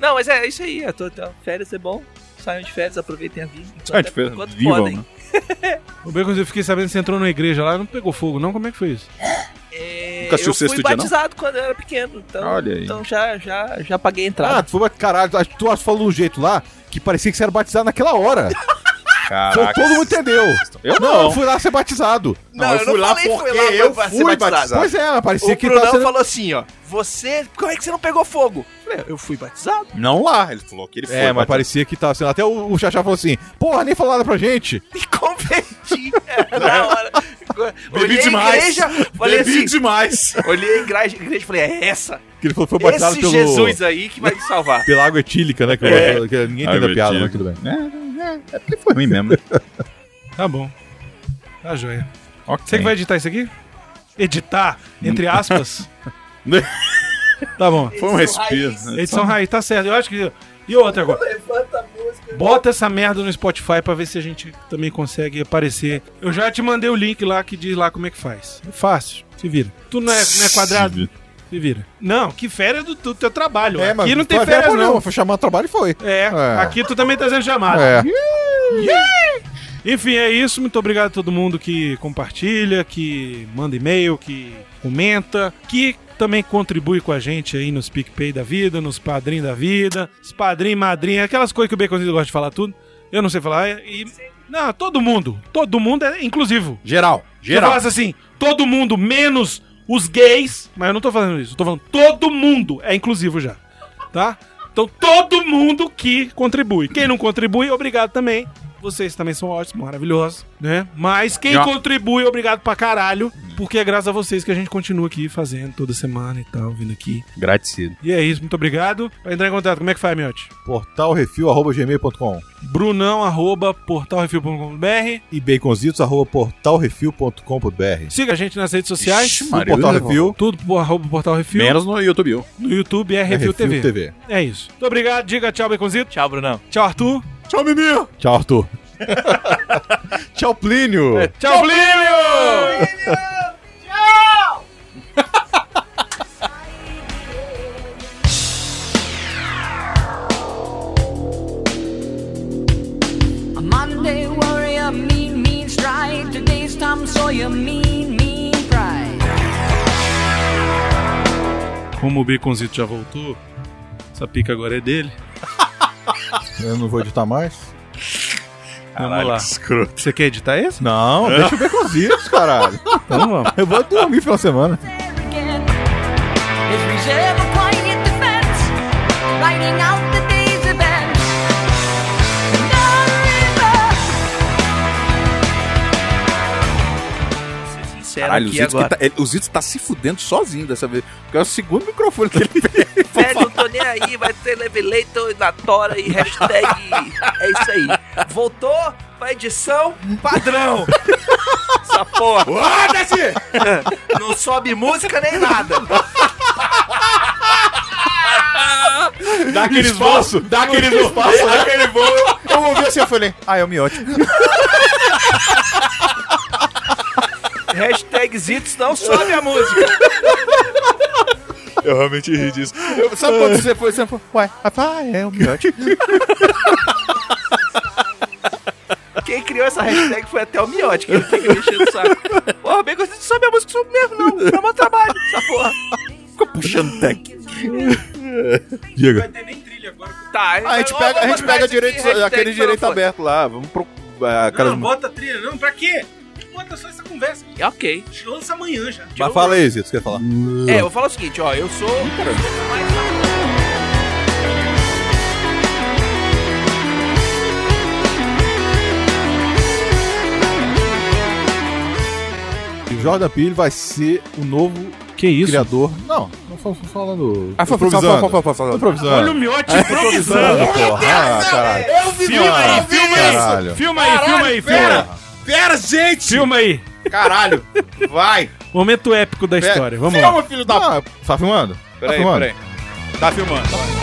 Speaker 8: Não, mas é isso aí. eu tô- tô- férias é bom. Saiam de férias, aproveitem a vida. enquanto-
Speaker 3: Sai Ah, de férias,
Speaker 8: enquanto
Speaker 3: vivam,
Speaker 8: podem.
Speaker 3: Tá, né?
Speaker 1: O Beconzitos, eu fiquei sabendo que você entrou na igreja lá, não pegou fogo, não? Como é que foi isso?
Speaker 8: É,
Speaker 3: Nunca assistiu o
Speaker 8: eu
Speaker 3: sexto
Speaker 8: fui
Speaker 3: dia, não?
Speaker 8: batizado quando eu era pequeno, então,
Speaker 3: Olha aí.
Speaker 8: então já, já, já paguei a
Speaker 2: Ah,
Speaker 8: entrada.
Speaker 2: tu foi, caralho, acho que tu falou de um jeito lá que parecia que você era batizado naquela hora. Então,
Speaker 3: Caraca.
Speaker 2: todo mundo entendeu.
Speaker 3: Eu
Speaker 2: Não, eu
Speaker 3: não.
Speaker 2: fui lá ser batizado.
Speaker 3: Não, eu fui lá
Speaker 4: que
Speaker 3: porque eu
Speaker 4: pra ser
Speaker 3: fui batizado.
Speaker 2: Pois é, parecia
Speaker 4: O
Speaker 3: tá
Speaker 2: que tava
Speaker 4: Brunão
Speaker 2: sendo...
Speaker 4: falou assim, ó. Você, como é que você não pegou fogo? Eu falei, eu fui batizado.
Speaker 3: Não lá. Ele falou que ele foi.
Speaker 2: É, mas parecia que tava sendo. Até o, o Chachá falou assim: porra, nem falou nada pra gente.
Speaker 4: Me converti é, na hora. Olhei
Speaker 3: demais.
Speaker 4: a igreja, falei
Speaker 3: Bebi
Speaker 4: assim,
Speaker 3: demais.
Speaker 4: olhei a igreja, a igreja e falei, é essa?
Speaker 2: Que ele falou que foi batizado
Speaker 4: Esse
Speaker 2: pelo.
Speaker 4: Jesus aí que vai me salvar.
Speaker 2: Pela água etílica, né? Que, eu-
Speaker 3: É.
Speaker 2: que ninguém
Speaker 3: Água
Speaker 2: entendeu a piada, mas
Speaker 3: etílica.
Speaker 2: tudo bem.
Speaker 3: É porque foi ruim mesmo, né?
Speaker 1: Tá bom. Tá joia.
Speaker 3: Ok.
Speaker 1: Você que vai editar isso aqui? Editar, entre aspas? tá bom.
Speaker 3: Foi um respiro.
Speaker 1: Edição raiz, tá certo. Eu acho que. E outra agora? Bota essa merda no Spotify pra ver se a gente também consegue aparecer. Eu já te mandei o link lá que diz lá como é que faz. É fácil, se vira. Tu não é, não é quadrado, se vira. Não, que férias do, do teu trabalho.
Speaker 2: É,
Speaker 1: aqui não tem
Speaker 2: foi-
Speaker 1: férias,
Speaker 2: foi-
Speaker 1: não.
Speaker 2: Foi chamar o trabalho e foi.
Speaker 1: É,
Speaker 2: É.
Speaker 1: aqui tu também tá sendo chamado.
Speaker 2: É.
Speaker 1: Enfim, é isso. Muito obrigado a todo mundo que compartilha, que manda e-mail, que comenta, que também contribui com a gente aí nos PicPay da vida, nos Padrim da vida, os Padrim, Madrinha, aquelas coisas que o Baconzinho gosta de falar tudo. Eu não sei falar. é, E. Não, todo mundo. Todo mundo é inclusivo.
Speaker 2: Geral.
Speaker 1: Se eu falasse assim, todo mundo menos os gays, mas eu não tô falando isso, eu tô falando todo mundo é inclusivo já, tá? Então todo mundo que contribui. Quem não contribui, obrigado também. Vocês também são ótimos, maravilhosos, né? Mas quem
Speaker 3: Já.
Speaker 1: contribui, obrigado pra caralho, porque é graças a vocês que a gente continua aqui fazendo toda semana e tal, vindo aqui.
Speaker 4: assim.
Speaker 3: Gratidão.
Speaker 1: E é isso, muito obrigado. Pra entrar em contato, como é que faz, Miote?
Speaker 2: Portalrefil.gmail.com
Speaker 1: Brunão, arroba, portalrefil.com.br.
Speaker 2: e baconzitos.portalrefil.com.br.
Speaker 1: Siga a gente nas redes sociais.
Speaker 3: Ixi,
Speaker 2: No
Speaker 3: Maria,
Speaker 2: Portal
Speaker 3: eu não
Speaker 2: Refil,
Speaker 1: Tudo por arroba portal refil.
Speaker 3: Menos no YouTube. eu.
Speaker 1: No YouTube é
Speaker 2: é
Speaker 1: Refil, TV.
Speaker 2: TV.
Speaker 1: É isso. Muito obrigado. Diga tchau, Beconzito.
Speaker 8: Tchau, Brunão.
Speaker 1: Tchau, Arthur.
Speaker 2: Tchau, Arthur. Tchau, Plínio.
Speaker 1: Tchau, Plínio!
Speaker 9: A Monday warrior, mean, mean strike. Today's Tom Sawyer, mean, mean pride.
Speaker 1: Como o Beconzito já voltou, essa pica agora é dele.
Speaker 2: Eu não vou editar mais.
Speaker 1: Vamos lá.
Speaker 3: Escroto.
Speaker 1: Você quer editar esse?
Speaker 2: Não, deixa o Baconzitos, caralho.
Speaker 1: Vamos lá.
Speaker 2: Eu vou dormir final de semana.
Speaker 9: Again, his reserve of quiet defense, writing out the day's events. The river,
Speaker 8: Vou ser sincero
Speaker 3: Caralho, o
Speaker 8: aqui
Speaker 3: Zito,
Speaker 8: agora.
Speaker 3: que tá, ele- o Zito tá se fudendo sozinho dessa vez. Porque é o segundo microfone que ele pega.
Speaker 8: Velho, não tô nem aí, vai ter leveleito na tora e hashtag. É isso aí. Voltou pra edição padrão. Essa porra. Não sobe música nem nada.
Speaker 2: Dá aquele espaço. Dá aquele espaço. Dá aquele voo. Eu ouvi assim, eu falei, ah, é o miote.
Speaker 8: Hashtag Zitos não sobe a música.
Speaker 3: Eu realmente ri disso. Eu- sabe quando você foi? assim, Você falou, ué,
Speaker 2: Ah, é o miote.
Speaker 8: Quem criou essa hashtag foi até o Miote, que ele fica mexendo o saco. Porra, bem gostei de sobe a música, sobe mesmo, não. Dá mau trabalho, essa porra.
Speaker 3: fica
Speaker 4: puxando tanque.
Speaker 2: Diga.
Speaker 1: ter nem trilha agora.
Speaker 8: Tá,
Speaker 3: Ah, A gente pega, a gente pega direito, aquele direito aberto lá. Vamos pro. ah, aquelas-
Speaker 1: Não, bota trilha, não. Pra quê? Bota só essa conversa.
Speaker 8: Ok.
Speaker 1: Lança amanhã já.
Speaker 2: Mas fala aí, Zito, você quer falar?
Speaker 8: É, eu vou falar o seguinte, ó, eu sou.
Speaker 2: O Jordan Peele vai ser o novo
Speaker 1: Que isso?
Speaker 2: criador. Não, não fal- fal- falando.
Speaker 3: Ah, foi
Speaker 2: Improvisando.
Speaker 3: foi- foi- foi- foi-
Speaker 1: Olha o
Speaker 2: Tô
Speaker 3: foi-
Speaker 2: improvisando.
Speaker 1: miote
Speaker 3: É.
Speaker 2: Improvisando,
Speaker 1: improvisando.
Speaker 2: porra. Ah, caralho.
Speaker 4: Eu vi
Speaker 1: Filma aí, filma
Speaker 2: Caralho.
Speaker 1: aí. Filma aí, filma aí, filma aí.
Speaker 3: Pera, gente!
Speaker 1: Filma aí.
Speaker 3: Caralho! Vai!
Speaker 1: Momento épico da
Speaker 3: Pera-
Speaker 1: história. Vamos lá.
Speaker 3: Filma, filho da.
Speaker 2: Ah, tá filmando? tá
Speaker 3: Peraí,
Speaker 2: filmando?
Speaker 3: peraí. Tá filmando.